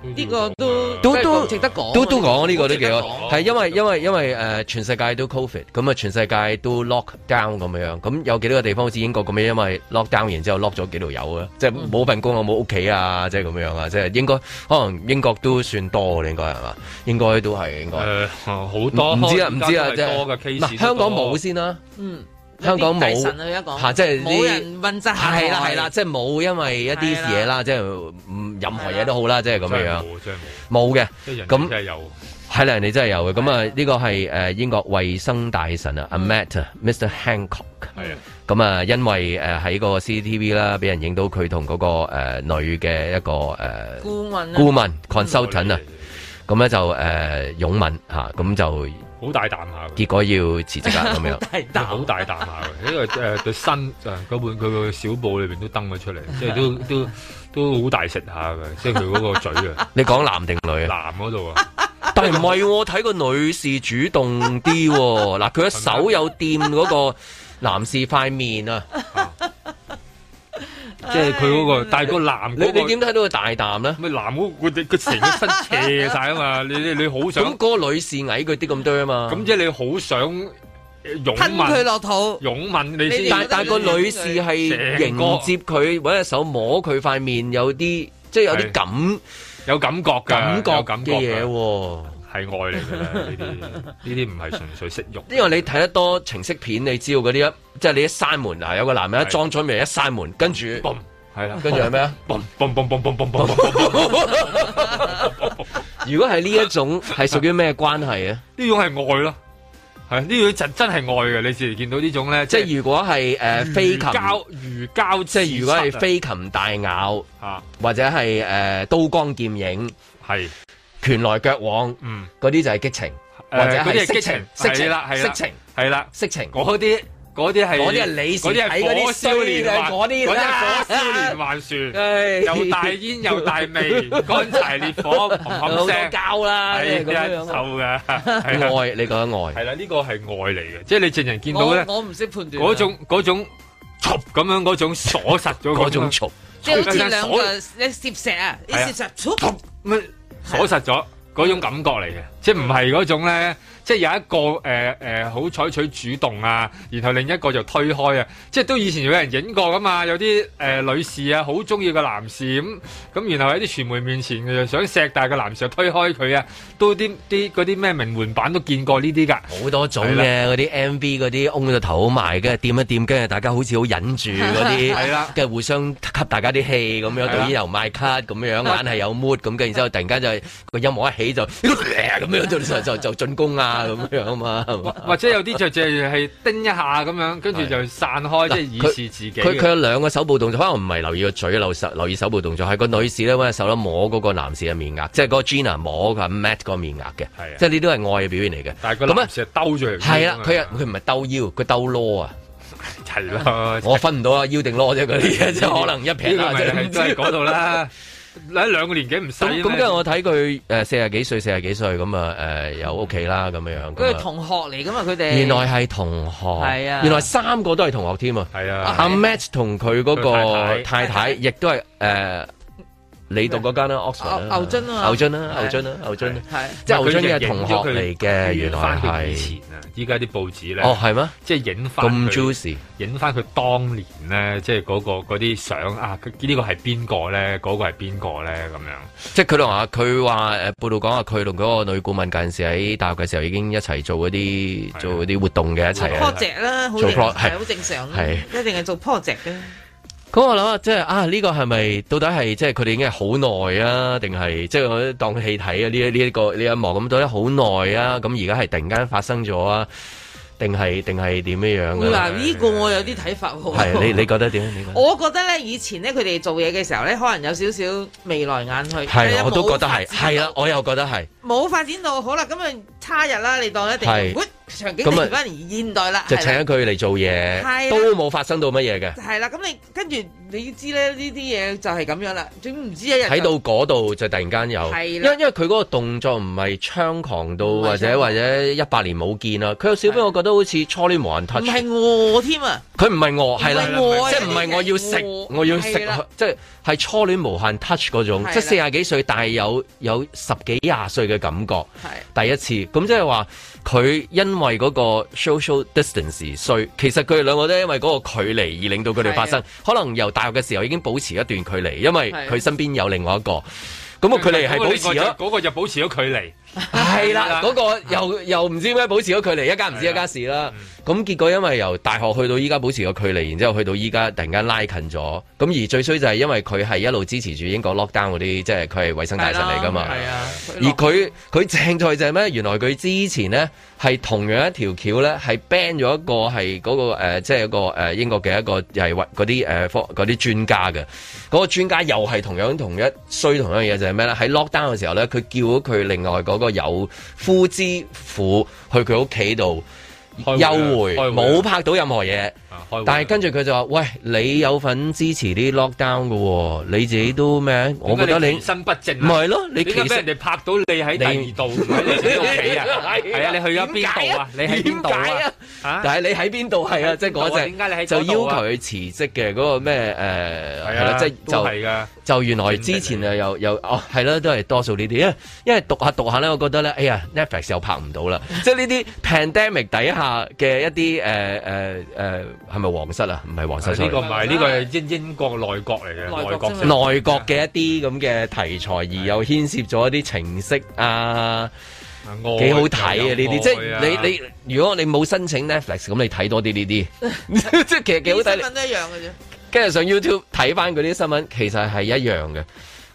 呢
嗯
個都
都都
值得講，
都都講呢個都幾好，係因
為
為因為因為誒、呃全世界都 covid，咁啊全世界都 lock down 咁樣，咁有幾多個地方好似英國咁樣，因為 lock down 然之後 lock 咗幾度有啊，即
嗯
係冇份工啊，冇屋企啊，即係咁樣啊，即係應該可能英國都算多嘅，應該係嘛？應該都係應該。
誒好多
唔知啊，唔知啊，
而家都係
即係
多嘅 case
嗱香港冇先啦。
嗯，
香港冇
有啲大神啊而家講
嚇即係啲
冇人問責下台
係啦係啦，即係冇因為一啲嘢啦，即係唔任何嘢都好啦，即係咁樣樣。
真係
冇嘅
即係人，哋
咁
真係有
係啦，人哋真係有嘅。咁啊，呢個係誒英國衛生大臣啊，阿 Matt 啊 Mr Hancock。
係啊。
咁啊，因為誒喺個 CCTV 啦，俾人影到佢同嗰個誒女嘅一個誒
顧問啊
顧問 consultant 啊，咁咧就誒擁吻嚇，咁就
好大啖下。
結果要辭職啦咁
好大
樣。
啖，好大啖下嘅，因為誒對身誒嗰本佢個小報裏邊都登咗出嚟，即係都都都好大食下嘅，即係佢嗰個嘴啊，
你講男定女啊？
男嗰度啊，
但係唔係喎，睇個女士主動啲喎。嗱，佢一手有掂嗰個男士塊面啊，
即係佢嗰個，但係個男
你
嗰個
你點睇到佢大啖咧？
咪男嗰佢佢成個身斜晒啊嘛，你你你好想
咁嗰個女士矮佢啲咁多啊嘛，
咁即係你好想擁
吞佢落
吻，
肚，
擁吻你先，
但但個女士係迎接佢，揾隻手摸佢塊面，有啲即係有啲感，
有感覺㗎，
感覺
有感覺啊
嘅嘢喎。
係愛嚟㗎啦，呢啲呢啲唔係純粹色慾。
因為你睇得多情色片，你知道嗰啲一即係你一閂門嗱，有個男人一裝咗嚟一閂門，跟住
係 啦，
跟住係咩啊？
嘣嘣嘣嘣嘣嘣嘣嘣
如果係呢一種係屬於咩關係啊？
呢種係愛咯，係啊呢種真真係愛嘅。你自然見到呢種咧，
即係如果係誒飛
如
禽
膠如膠
即係如果
刺
係
殺啊
飛禽大咬
啊，
或者係誒、呃刀光劍影，
係
拳來腳往，
嗯，
嗰啲就係激情，
誒
或者
嗰啲係
色
激
情
情，
色情
係啦係
色
啦
情
係啦，
色情
嗰啲嗰啲係
嗰啲係李氏
嗰啲
睇
係
嗰啲
火燒
衰
連
嘅
環
嗰啲
嗰啲
啦哎
係火燒連環 船。
唉
又大煙又大 味，乾柴烈火，
好
冚
多
聲，
膠啦
係
即係咁樣
一臭噶，
愛你講愛
係啦，呢個係愛嚟嘅，即係你正人見到咧，
我我唔識判斷啊
嗰種嗰種嘈咁樣嗰種鎖實咗
嗰種嘈，
即係好似兩
鎖
個你攝石啊，你
係啊
攝石，噗
咩鎖實咗嗰種感覺嚟嘅，即係唔係嗰種咧，即係有一個誒誒好採取主動啊，然後另一個就推開啊，即係都以前有人影過噶嘛，有啲誒、呃女士啊好中意個男士咁咁，然後喺啲傳媒面前佢就想錫，但係個男士就推開佢啊，都啲啲嗰啲咩名媛版都見過呢啲㗎，
好多種嘅嗰啲 MV 嗰啲，嗡咗頭好埋，跟住掂一掂，跟住大家好似好忍住嗰 啲，
係啦，
跟住互相吸大家啲氣咁樣，
啦
導演又賣卡咁樣，硬係有 mood 咁，跟住然之後突然間就個音樂一起就 咁樣就就就就進攻啊咁樣啊嘛，係嘛
或者有啲
哦
就就係叮一下咁樣，跟住就散開，即係以示自己啊嘅。
佢佢有兩個手部動作，可能唔係留意個嘴，留手留意手部動作，係個女士咧揾隻手咧摸嗰個男士嘅面額，即係嗰個 Gina 摸佢 Matt 個面
係
額
啊
嘅，即係呢啲都係愛嘅表現嚟嘅。
但係個
咁啊
男士係兜咗嚟㗎嘛
係啦，佢佢唔係兜腰，佢兜攞啊！
係 啦，
我分唔到啊，腰定攞啫嗰啲嘢，即係可能 一啊撇啦，
呢個咪係都係嗰度啦。喺兩個年紀唔使
咁咁跟住我睇佢誒四十幾歲，四十幾歲咁啊誒有屋企啦咁樣樣。
佢
咁
係
啊
同學嚟噶嘛，佢哋
原來係同學，
係啊
原來三個都係同學添啊。
係
啊
阿 Matt 同佢嗰個
佢
太
太太
太，亦都係誒你讀嗰間啦，Oxford 啦，
牛牛津啊
牛津啦，
係
牛津啦，牛津啦，啊
係
即係牛津嘅同學嚟嘅，原來
翻佢以
係
前啊，依家啲報紙咧，
哦係咩？
即係影翻
咁
佢
juicy。
影翻佢當年咧，即係嗰個嗰啲相啊，佢呢個係邊個咧？嗰個係邊個咧？咁樣
即係佢同啊，佢話誒報道講話，佢同嗰個女顧問嗰陣時喺大學嘅時候已經一齊做嗰啲做嗰啲活動嘅一齊啊。
project 啦，好
做
正
pro- 係
係好正常，
係
一定係做 project 嘅。
咁我諗啊，即係啊呢個係咪到底係即係佢哋已經係好耐啊，定係即係我當戲睇啊？呢一呢一個呢一幕咁到底好耐啊？咁而家係突然間發生咗啊？定係定係點樣樣
會話
啊？
呢個我有啲睇法喎。
係你你覺得點啊？你覺得？
我覺得咧，以前咧佢哋做嘢嘅時候咧，可能有少少眉來眼去，
係我都覺得
係啊
係，係啦，我又覺得係。
冇發展到好啦，咁啊差日啦，你當一定
係
喂場景
咁啊
突然翻嚟現代啦，
就
係
請
啦
咗佢嚟做嘢
係啦，
都冇發生到乜嘢嘅。
係啦，咁你跟住你知咧呢啲嘢就係咁樣啦，總唔知一日就
睇到嗰度就突然間有，因
係
為
啦
因為佢嗰個動作唔係猖狂到或者或者一百年冇見啦，佢有少俾我覺得好似初戀無人
唔
touch，
係餓添啊！
佢唔係餓，係啦，
唔係餓
即係唔係我要
係
食
餓，
我要食
係啦，
即係係初戀無限 touch 嗰種
係，啦
即係四廿幾歲，但係有有十幾廿歲嘅感覺，第一次，咁即係話佢因為嗰個 social distance 衰，其實佢哋兩個都因為嗰個距離而令到佢哋發生
係啊，
可能由大學嘅時候已經保持一段距離，因為
係啊
佢身邊有另外一個。咁個距離係保持咗，
嗰個就保持咗距離，
係啦，嗰個又又唔知咩保持咗距離，一家唔知一家事啦。咁結果因為由大學去到依家保持個距離，然之後去到依家突然間拉近咗。咁而最衰就係因為佢係一路支持住英國 lockdown 嗰啲，即係佢係衞生大臣嚟㗎嘛。
係啊，
而佢佢正在就係咩？原來佢之前呢係同樣一條橋咧，係 ban 咗一個係嗰、個、呃、即係一個誒、呃英國嘅一個又係嗰啲誒呃科嗰啲專家嘅，嗰、個專家又係同樣同一衰同樣嘢就係咩咧？喺 lockdown 嘅時候咧，佢叫咗佢另外嗰個有夫之婦去佢屋企度。
開會啊
休
開會
會，
啊
冇拍到任何嘢
開會啊。
但係跟住佢就話：，喂，你有份支持啲 lockdown 嘅喎，你自己都咩？我覺得你
其身不正啊，
唔係咯，你
點解
其
俾
實
人哋拍到你喺第
你
二度，唔喺你自己屋企 啊？係啊，你去咗邊度啊？你
點解
喺邊度
點解
啊
啊？
啊
但係你喺邊度係啊？即係嗰
點解你喺
隻就
嗰
要
度
求
啊
佢辭職嘅嗰個咩誒
啊
係啦，即係
都係㗎
就就原來之前啊又又哦係啦，都係多數呢啲，因為因為讀下讀下咧，我覺得咧，哎呀 Netflix 又拍唔到 啦，即係呢啲 pandemic 底下嘅一啲誒誒誒係咪皇室啊？唔係皇室，
呢個唔
sorry
係呢個係英英國內閣嚟嘅內閣先
內閣嘅一啲咁嘅題材，而又牽涉咗一啲情色啊。
哦
幾好睇啊！呢啲即係你你，如果你冇申請 Netflix，咁你睇多啲呢 啲，即係其實幾好
新
睇
聞。都一樣嘅啫。
跟住上 YouTube 睇翻嗰啲新聞，其實係一樣嘅。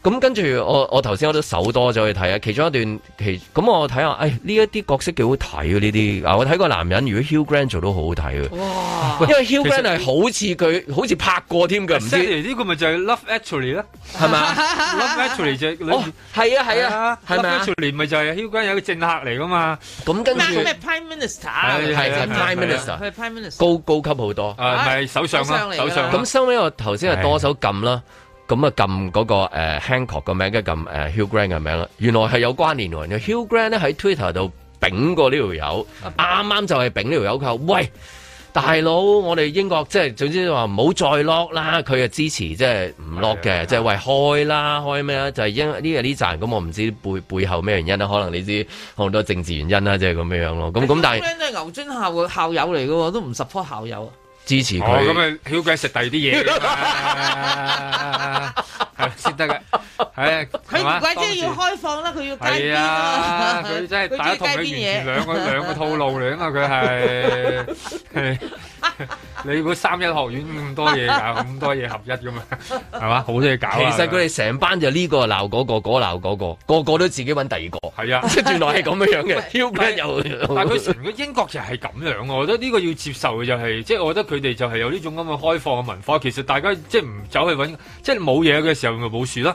咁跟住我我頭先我都搜多咗去睇啊，其中一段其咁我睇下，誒呢一啲角色幾好睇啊呢啲啊，我睇過男人，如果 Hugh Grant 做都好好睇嘅，
哇
因為 Hugh Grant 係好似佢好似拍過添 嘅，唔知
Exactly，呢個咪就係 Love Actually 啦，
係咪 啊
Love Actually 就
哦係啊係啊係咪
Love
啊
Actually 咪就係 Hugh Grant 有個政客嚟噶嘛？
咁跟
佢咩 Prime Minister？
係係係 Prime
佢
Minister，
係 Prime Minister。
高高級好多。
啊，咪首相
首相
啦，
嚟㗎
首相啦
咁收尾我頭先係多手撳啦，咁啊撳嗰個誒 Hancock 個名，跟住撳誒 Hugh Grant 嘅名啦，原來係有關聯喎。原來 Hugh Grant 咧喺 Twitter 度丙過呢條友，
啊
啱啱就係丙呢條友，佢話喂。大佬，我哋英國即係總之話唔好再 lock 啦，佢啊支持即係唔 lock
啊
嘅，即係喂開啦，開咩啦？啊就係因呢個呢站咁，我唔知背背後咩原因啦，可能你知好多政治原因啦，即係咁樣樣咯。咁咁但係
Grant 都係牛津校嘅校友嚟嘅喎，都唔 support 校友啊。
支持
哦，咁
佢，
啊，Hugh Grant 食第二 啲嘢 㗎嘛，係先得嘅，係
佢
係嘛
唔怪之要
當時
開放啦，佢要街
係
邊
啊，
啊，
佢真係
佢
打
中
同佢
意街
完全
邊嘢
兩個兩個套路嚟啊嘛，佢係係你估三一學院咁多嘢搞，咁多嘢合一噶嘛，係嘛，好多嘢搞啊。
其實佢哋成班就呢個鬧嗰個，嗰個鬧嗰個，個個都自己揾第二個。
係啊，
即係原來係咁樣樣嘅 Hugh Grant 又
但係佢成個英國其實係咁樣，我覺得呢個要接受嘅就係，即係我覺得佢哋就係有呢種咁嘅開放嘅文化。其實大家即係唔走去揾，即係冇嘢嘅時候咪冇事啦。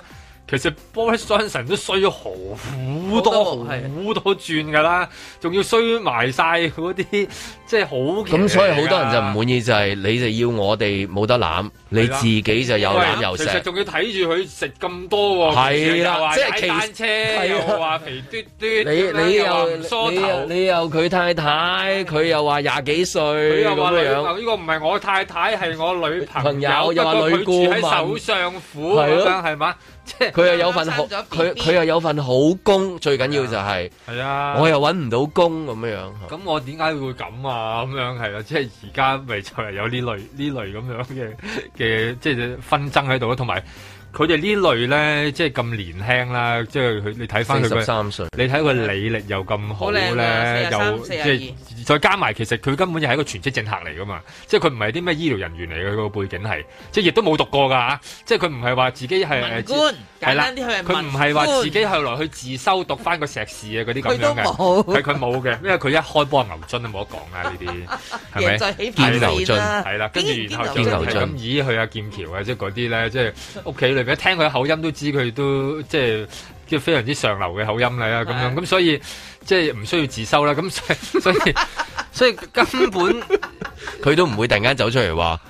其實 Boris Johnson 都衰咗好多好多轉㗎啦，仲要衰埋晒嗰啲即係好
咁，所以好多人就唔
會
滿意就係你就要我哋冇得攬，你自己就有攬有
其
食。
實仲要睇住佢食咁多喎，
係啦
又話
即係其
踩單車，
係
又
啊
話肥嘟嘟，
你你
又話
又
唔梳
你
頭
又。你又佢太太，佢又話廿幾歲
佢又話
咁
女
樣樣。
呢個唔係我太太，係我女朋
朋友
友，
又
不
話
過
女
佢住喺
顧問
首相府
係
咁
咯
樣係嘛？即係
佢又有份好，佢佢又有份好工，最緊要就係
係啊，
我又揾唔到工咁樣樣。
咁我點解會咁啊？咁樣係啦，即係而家咪就係有呢類呢類咁樣嘅嘅即係紛爭喺度咯，同埋。佢哋呢類咧，即係咁年輕啦，即係佢你睇翻佢
43歲
嘅，你睇佢履歷又咁好
好靚啊
咧，
43
又即係再加埋，其實佢根本就係一個全職政客嚟噶嘛，即係佢唔係啲咩醫療人員嚟嘅，佢個背景係，即係亦都冇讀過㗎，即係佢唔係話自己係
文官
係啦
簡單啲佢係
佢唔係話
文官
自己後來去自修讀翻個碩士啊嗰啲咁
佢都
樣嘅，
冇
係佢冇嘅，因為佢一開波牛津都冇得講啦呢啲，係咪？
贏在起跑線啦
係啦，跟住然後就
堅
係
牛津
咁咦去啊劍橋啊，即係嗰啲咧，即係屋企裏邊一聽佢口音都知佢都即係。叫非常之上流嘅口音嚟啊，咁樣咁所以即係唔需要自修啦，咁所以 所以所以根本
佢都唔會突然間走出嚟話，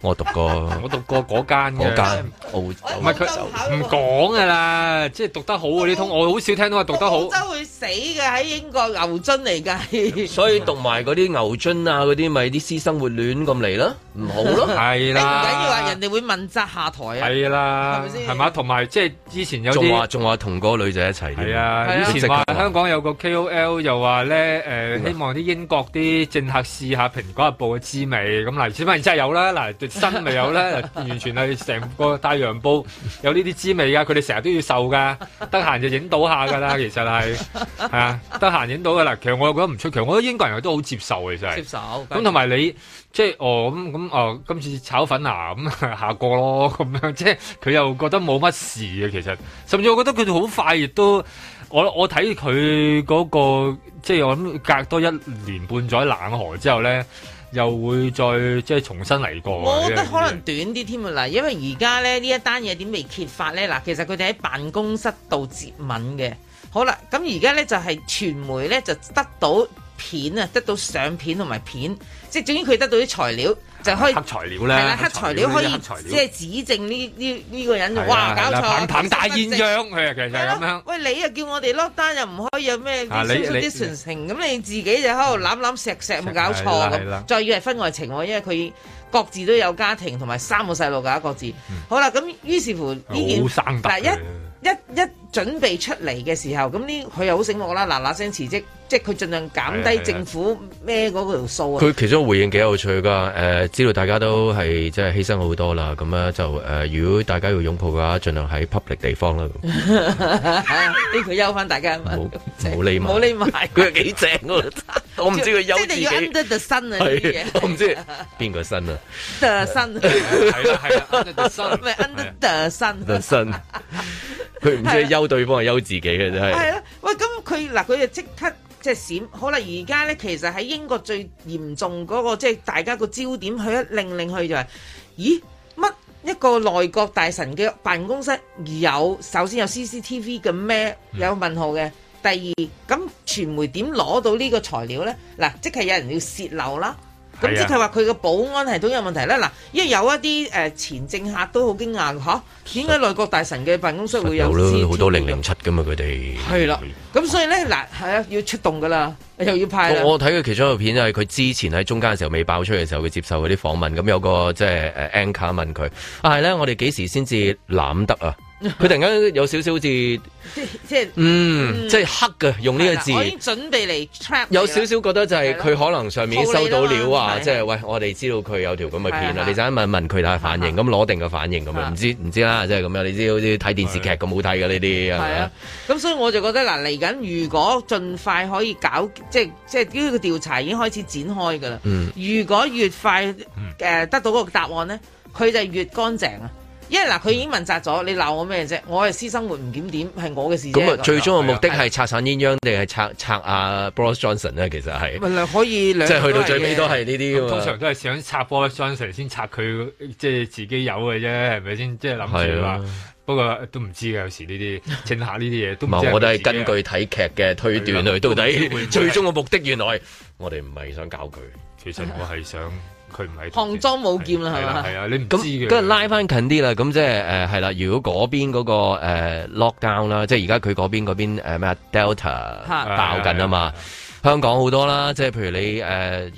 我讀過，
我讀過嗰間
嗰
嘅
間澳唔
唔係佢唔講噶啦，即係讀得好嗰啲通，我好少聽到話讀得好
澳。洲會死嘅喺英國牛津嚟㗎，
所以讀埋嗰啲牛津啊，嗰啲咪啲私生活戀咁嚟啦，唔好咯，
係
哎你唔緊要啊話人哋會問責下台啊，
係啦
係咪，先
係嘛？同埋即係之前有
仲話
啲
仲話同嗰個女仔一齊添，
係啊，以前話啊香港有個 KOL 又話咧誒，希望啲英國啲政客試下《蘋果日報》嘅滋味，咁嗱，芝麻真係有啦， 嗱新咪有啦，嗱完全係成個太陽 煲有呢啲滋味噶，佢哋成日都要受噶，得閒就影到下噶啦，其實係係啊，得閒影到噶啦。其實我又覺得唔出奇，我覺得英國人都好接受其實係。
接受
咁同埋你即係哦咁咁哦，今次炒粉啊咁 下個咯咁樣，即係佢又覺得冇乜事嘅其實，甚至我覺得佢哋好快亦都。我我睇佢嗰個，即係我諗隔多一年半載冷河之後咧，又會再即係重新嚟過。
我覺得可能短啲添啊！嗱，因為而家咧呢一單嘢點未揭發咧？嗱，其實佢哋喺辦公室度接吻嘅。好啦，咁而家咧就係傳媒咧就得到片啊，得到相片同埋片，即係總之佢得到啲材料就可以
黑材料啦
係啦，黑材料可以
黑材料
即係指證呢呢呢個人就
係
哇
啦
搞
係啦
錯，
棒棒大鴛
其實不正
鴦，佢啊其實係咁樣。
喂，你又叫我哋 lock down 又唔可以有咩
啊你
social
你
distancing，咁你自己就喺度攬攬石石，冇搞錯
係啦係啦
咁。再要係婚外情喎，因為佢各自都有家庭同埋三個細路㗎，各自。好啦，咁於是乎呢件
好生得
嗱
嘅
一一一準備出嚟嘅時候，咁呢佢又好醒目啦，嗱嗱聲辭職，即係佢盡量減
係啊係
低
啊
政府孭嗰條數啊。
佢其中回應幾有趣噶，誒、知道大家都係即係犧牲好多啦，咁咧就誒、如果大家要擁抱嘅話，盡量喺 public 地方啦，
呢佢休翻大家嘛，
冇冇匿埋
冇。匿埋。
佢又幾正喎，我唔知佢休
即係
自
你要
己
under the sun 啊呢啲
係
嘢，
我唔知邊個身啊
the sun
係啦係啦，under 啊 the sun
咪 under the sun
，the 身，佢唔知係休對方係休自己嘅真
啊係啊
係。
啦，喂，咁佢嗱佢就即刻即係閃，好啦，而家咧其實喺英國最嚴重嗰、個即係大家個焦點去一令令去就係、咦乜一個內閣大臣嘅辦公室有首先有 CCTV 嘅咩？
嗯
有問號嘅。第二，咁傳媒點攞到呢個材料咧？嗱，即係有人要泄漏啦。咁
係
即
啊
係話佢嘅保安系統有問題咧。嗱，因為有一啲誒、呃前政客都好驚訝嚇，點解內閣大臣嘅辦公室會有
有啦，好
CCTV
多零零七噶嘛，佢哋
係啦，咁所以咧嗱，係啊，要出動噶啦，又要派啦。
我我睇佢其中一個片就係佢之前喺中間嘅時候未爆出嘅時候，佢接受嗰啲訪問，咁有個即係誒 anchor 問佢，啊係咧，我哋幾時先至攬得 啊？佢突然間有少少好似，
即 即係
嗯，即係黑嘅，用呢個字。
我已經準備嚟 trap 你啦
有少少覺得就係佢可能上面已經收到料啊，
套你啦嘛
即係喂，我哋知道佢有條咁嘅片
係
啦
啊，
你陣間問問佢睇下反應，咁攞定個反應咁
係
樣，
啊
唔知唔知啦，即係咁樣，你知好似睇電視劇咁好睇嘅呢啲係
係
咪
啊？，咁所以我就覺得嗱，嚟緊如果盡快可以搞，即係即係呢個調查已經開始展開㗎啦。
嗯
如果越快誒、呃得到嗰個答案咧，佢就越乾淨啊！因為嗱，佢已經問責咗，你鬧我咩啫？我係私生活唔檢點，係我嘅事啫。
咁啊，最終嘅目的係拆散鴛鴦定係拆拆阿 Boris Johnson 咧？其實係。
咪可以啊 兩
即係去到最尾都係呢啲㗎嘛啊
通常都係想拆 Boris Johnson 先拆佢，即係自己有嘅啫，係咪先？即係諗
係
住
啊
話，不過都唔知嘅，有時呢啲政客呢啲嘢都唔
唔
知
係，
係
我都
咪
係
自己嘅
根據睇劇嘅推斷去，到底最終嘅目的原來我哋唔係想搞佢，
其實我係想佢唔係
項莊舞劍啦，係嘛？
係啊，你唔知
咁
嘅。
跟住拉翻近啲啦，咁即係誒係啦。如果嗰邊嗰個誒 lockdown 啦，即係而家佢嗰邊嗰邊誒咩啊 Delta
嚇
爆緊啊嘛。香港好多啦，即係譬如你誒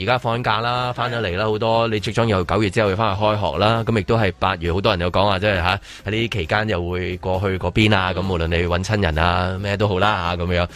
而家放緊假啦，翻咗嚟啦，好多你即將又九月之後要翻去開學啦，咁亦都係八月好多人有講話，即係嚇喺呢期間又會過去嗰邊啊，咁無論你揾親人啊咩都好啦嚇咁樣。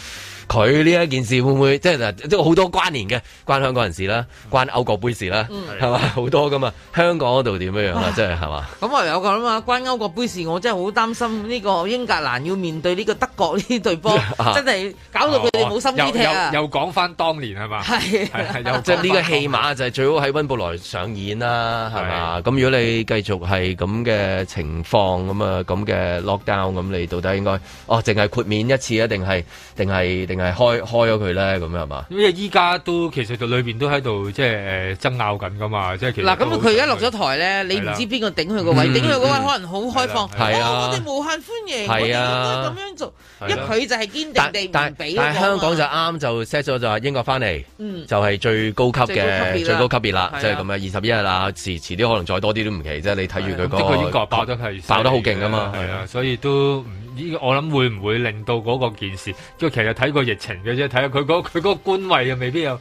佢呢一件事會唔會即係嗱即係好多關聯嘅，關香港人事啦，關歐國杯事啦
嗯，
係嘛好多噶嘛？香港嗰度點樣樣啊
哇？
即係係嘛？
咁我有講啦嘛，關歐國杯事，我真係好擔心呢個英格蘭要面對呢個德國呢隊波
啊，
真係搞到佢哋冇心機踢啊！
哦又又又講翻當年係嘛？
係
係又
即係呢個戲碼就係最好喺溫布萊上演啦，係嘛？咁如果你繼續係咁嘅情況咁啊，咁嘅 lockdown，咁你到底應該哦，淨係豁免一次啊，定係定係定係開開咗佢咧？咁樣係嘛？
因為依家都其實就裏邊都喺度即係誒爭拗緊噶嘛，即係其實
嗱，
都
咁佢而家落咗台咧，你
係
唔
啦
知邊個頂佢個位，
嗯
頂佢個位可能好開放，
係啊
哦我哋無限歡迎，我哋應
係啊
該咁樣做，
係
因為
啦
佢就係堅
但
定地唔
但
俾嗰個嘛啊
但係香港就啱就 set 咗就話英國翻嚟，
嗯
就係最高級嘅
最
最高
高級別啦
級別啦
係啊，
即係咁樣二十一日啦，遲遲啲可能再多啲都唔奇啫。你睇住佢
的確英
嗰個
國爆得係
爆得好勁噶嘛，
係啊，所以都唔呢我諗會唔會令到嗰個件事，即係其實睇個疫情嘅啫，睇下佢嗰 佢嗰個官位啊，未必有。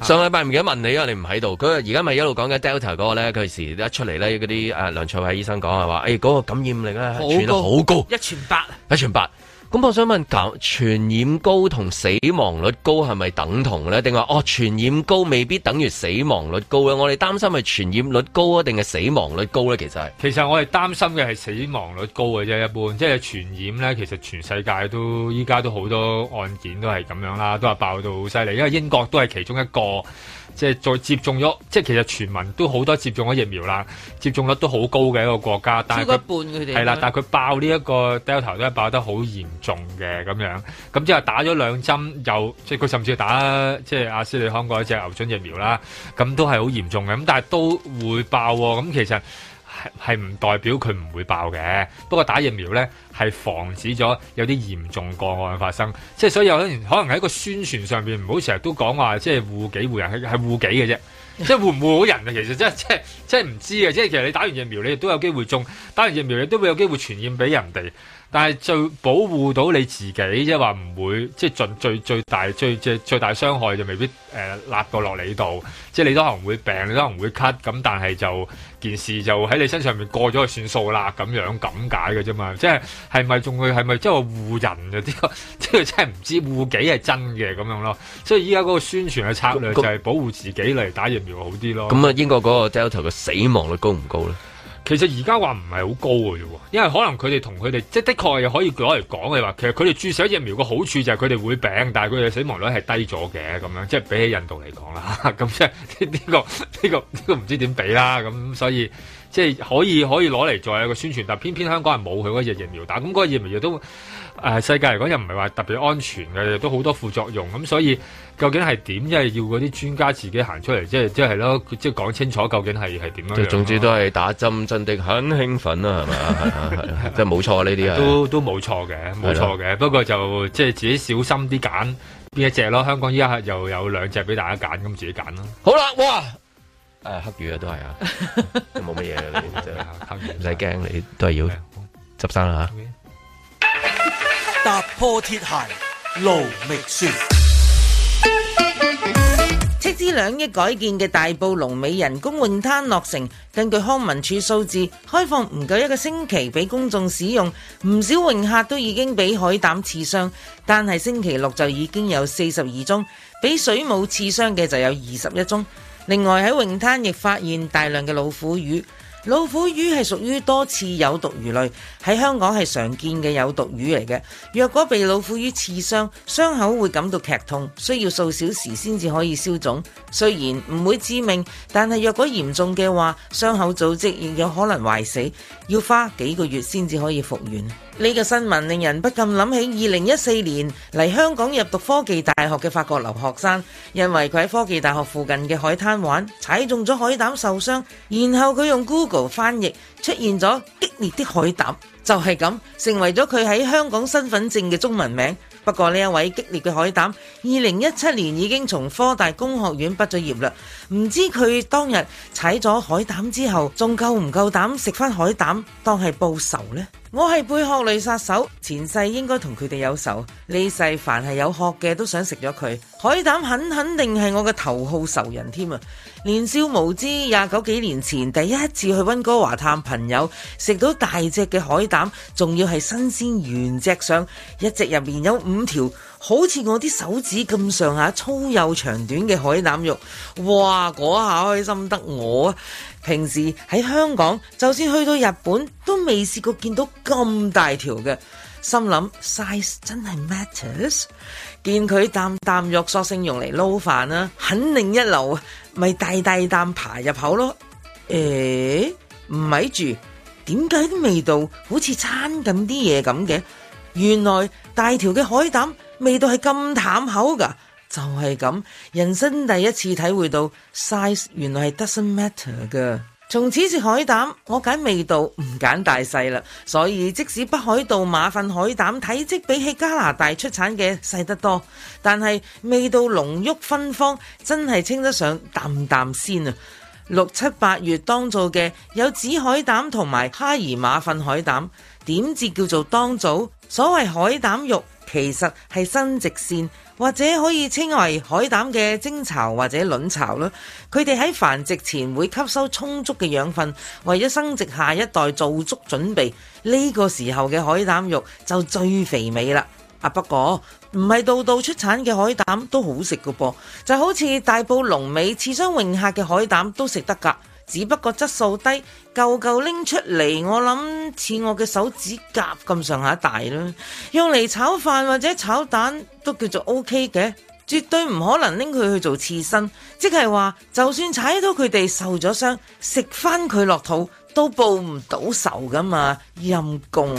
上禮拜唔記得問你啊，你唔喺度。佢話而家咪一路講緊 Delta 嗰個咧，佢時一出嚟咧，嗰啊啲誒梁卓偉醫生講係話，誒嗰個感染力咧
好
傳得好高，
一傳八。
一傳八。咁我想問，感傳染高同死亡率高啊係咪等同咧？定話哦，傳染高未必等於死亡率高咧？啊我哋擔心係傳染率高啊，定係死亡率高咧？其實係。
其實我哋擔心嘅係死亡率高嘅啫，一般即係傳染咧。其實全世界都依家都好多案件都係咁樣啦，都係爆到好犀利。因為英國都係其中一個，即係再接種咗，即係其實全民都好多接種咗疫苗啦，接種率都好高嘅一個國家，但係佢
超過一半佢哋
係啦，但係佢爆呢一個 Delta 都係爆得好嚴重嘅咁樣，咁之後打咗兩針又即係佢甚至打即係阿斯利康嗰一隻牛津疫苗啦，咁都係好嚴重嘅，咁但係都會爆喎，咁其實。係係唔代表佢唔會爆嘅，不過打疫苗呢，係防止咗有啲嚴重個案發生，即係所以有啲人可能喺個宣傳上面唔好成日都講話即係護己護人，係係護己嘅啫，即係護唔護好人啊？其實真係 即係即係唔知嘅，即係其實你打完疫苗你亦都有機會中，打完疫苗你都會有機會傳染俾人哋。但係最保護到你自己，即係話唔會即係盡最最大最最最大傷害就未必誒辣到落你度，即係你都可能會病，你都可能會咳，咁但係就件事就喺你身上面過咗就算數啦，咁樣咁解嘅啫嘛，即係係咪仲會係咪即係話護人啊嘅呢個， 即係真係唔知護己係真嘅咁樣咯，所以依家嗰個宣傳嘅策略就係保護自己嚟打疫苗好啲咯。
咁啊，英國嗰個 Delta 嘅死亡率高唔高咧？
其實而家話唔係好高嘅啫喎，因為可能佢哋同佢哋即係的確又可以攞嚟講嘅話，其實佢哋注射疫苗嘅好處就係佢哋會病，但係佢哋死亡率係低咗嘅咁樣，即係比起印度嚟講啦， 咁即係呢個 呢個呢個唔知點比啦，咁所以即係可以可以攞嚟做一個宣傳，但偏偏香港人冇佢嗰隻疫苗打，咁嗰個疫苗亦都。誒、世界嚟講又唔係話特別安全嘅，亦都好多副作用咁，所以究竟係點？因為要嗰啲專家自己行出嚟，即係即係咯，即係講清楚究竟係係點樣
即
樣
係
咯。
總之都係打針，真的很興奮啊，係咪啊係啊？係 啊即係冇錯呢啲啊。
都都冇錯嘅，冇
係
錯
咯
嘅。不過就即係自己小心啲揀邊一隻咯。香港依家又有兩隻俾大家揀，咁自己揀啦。
好啦，哇！ 誒黑魚啊，都係啊，都冇乜嘢嘅，你
啊
真係唔使驚，你都係要執生啦嚇。
踏破鐵鞋路未雪。
斥資兩億改建嘅大埔龍尾人工泳灘落成，根據康文署數字，開放唔夠一個星期俾公眾使用，唔少泳客都已經俾海膽刺傷，但係星期六就已經有四十二宗，俾水母刺傷嘅就有二十一宗。另外喺泳灘亦發現大量嘅老虎魚。老虎魚係屬於多刺有毒魚類，喺香港係常見嘅有毒魚嚟嘅。若果被老虎魚刺傷，傷口會感到劇痛，需要數小時先至可以消腫。雖然唔會致命，但係若果嚴重嘅話，傷口組織亦有可能壞死，要花幾個月先至可以復原。呢個新聞令人不禁諗起二零一四年嚟香港入讀科技大學嘅法國留學生，因為佢喺科技大學附近嘅海灘玩，踩中咗海膽受傷，然後佢用 Google 翻譯出現咗激烈的海膽，就係咁成為咗佢喺香港身份證嘅中文名。不過呢一位激烈嘅海膽，二零一七年已經從科大工學院畢咗業啦。唔知佢當日踩咗海膽之後，仲夠唔夠膽食翻海膽當係報仇呢？我係貝殼類殺手，前世應該同佢哋有仇，呢世凡係有殼嘅都想食咗佢。海膽肯肯定係我嘅頭號仇人添啊！年少無知，廿九幾年前第一次去溫哥華探朋友，食到大隻嘅海膽，仲要係新鮮原隻上，一隻入面有五條。好似我啲手指咁上下粗幼長短嘅海膽肉，哇！嗰下開心得我啊！平時喺香港，就算去到日本，都未試過見到咁大條嘅。心諗 size 真係 matters，見佢啖啖肉，索性用嚟撈飯啦，肯定一流啊！咪大大啖爬入口咯。誒，唔咪住，點解啲味道好似餐咁啲嘢咁嘅？原來大條嘅海膽味道係咁淡口㗎，就係咁，人生第一次體會到 size 原來係 doesn't matter 㗎。從此食海膽，我揀味道唔揀大細啦，所以即使北海道馬糞海膽體積比起加拿大出產嘅細得多，但係味道濃郁芬芳，真係稱得上啖啖鮮啊！六七八月當造嘅有紫海膽同埋哈兒馬糞海膽，點至叫做當造？所謂海膽肉，其實係生殖腺，或者可以稱為海膽嘅精巢或者卵巢啦。佢哋喺繁殖前會吸收充足嘅養分，為咗生殖下一代做足準備。呢、個時候嘅海膽肉就最肥美啦。啊，不過唔係度度出產嘅海膽都好食噶噃，就好似大埔龍尾刺傷泳客嘅海膽都食得㗎，只不過質素低，嚿嚿拎出嚟，我諗似我嘅手指甲咁上下大啦，用嚟炒飯或者炒蛋都叫做 O K 嘅。絕對唔可能拎佢去做刺身，即係話就算踩到佢哋受咗傷，食翻佢落肚都報唔到仇噶嘛，陰公。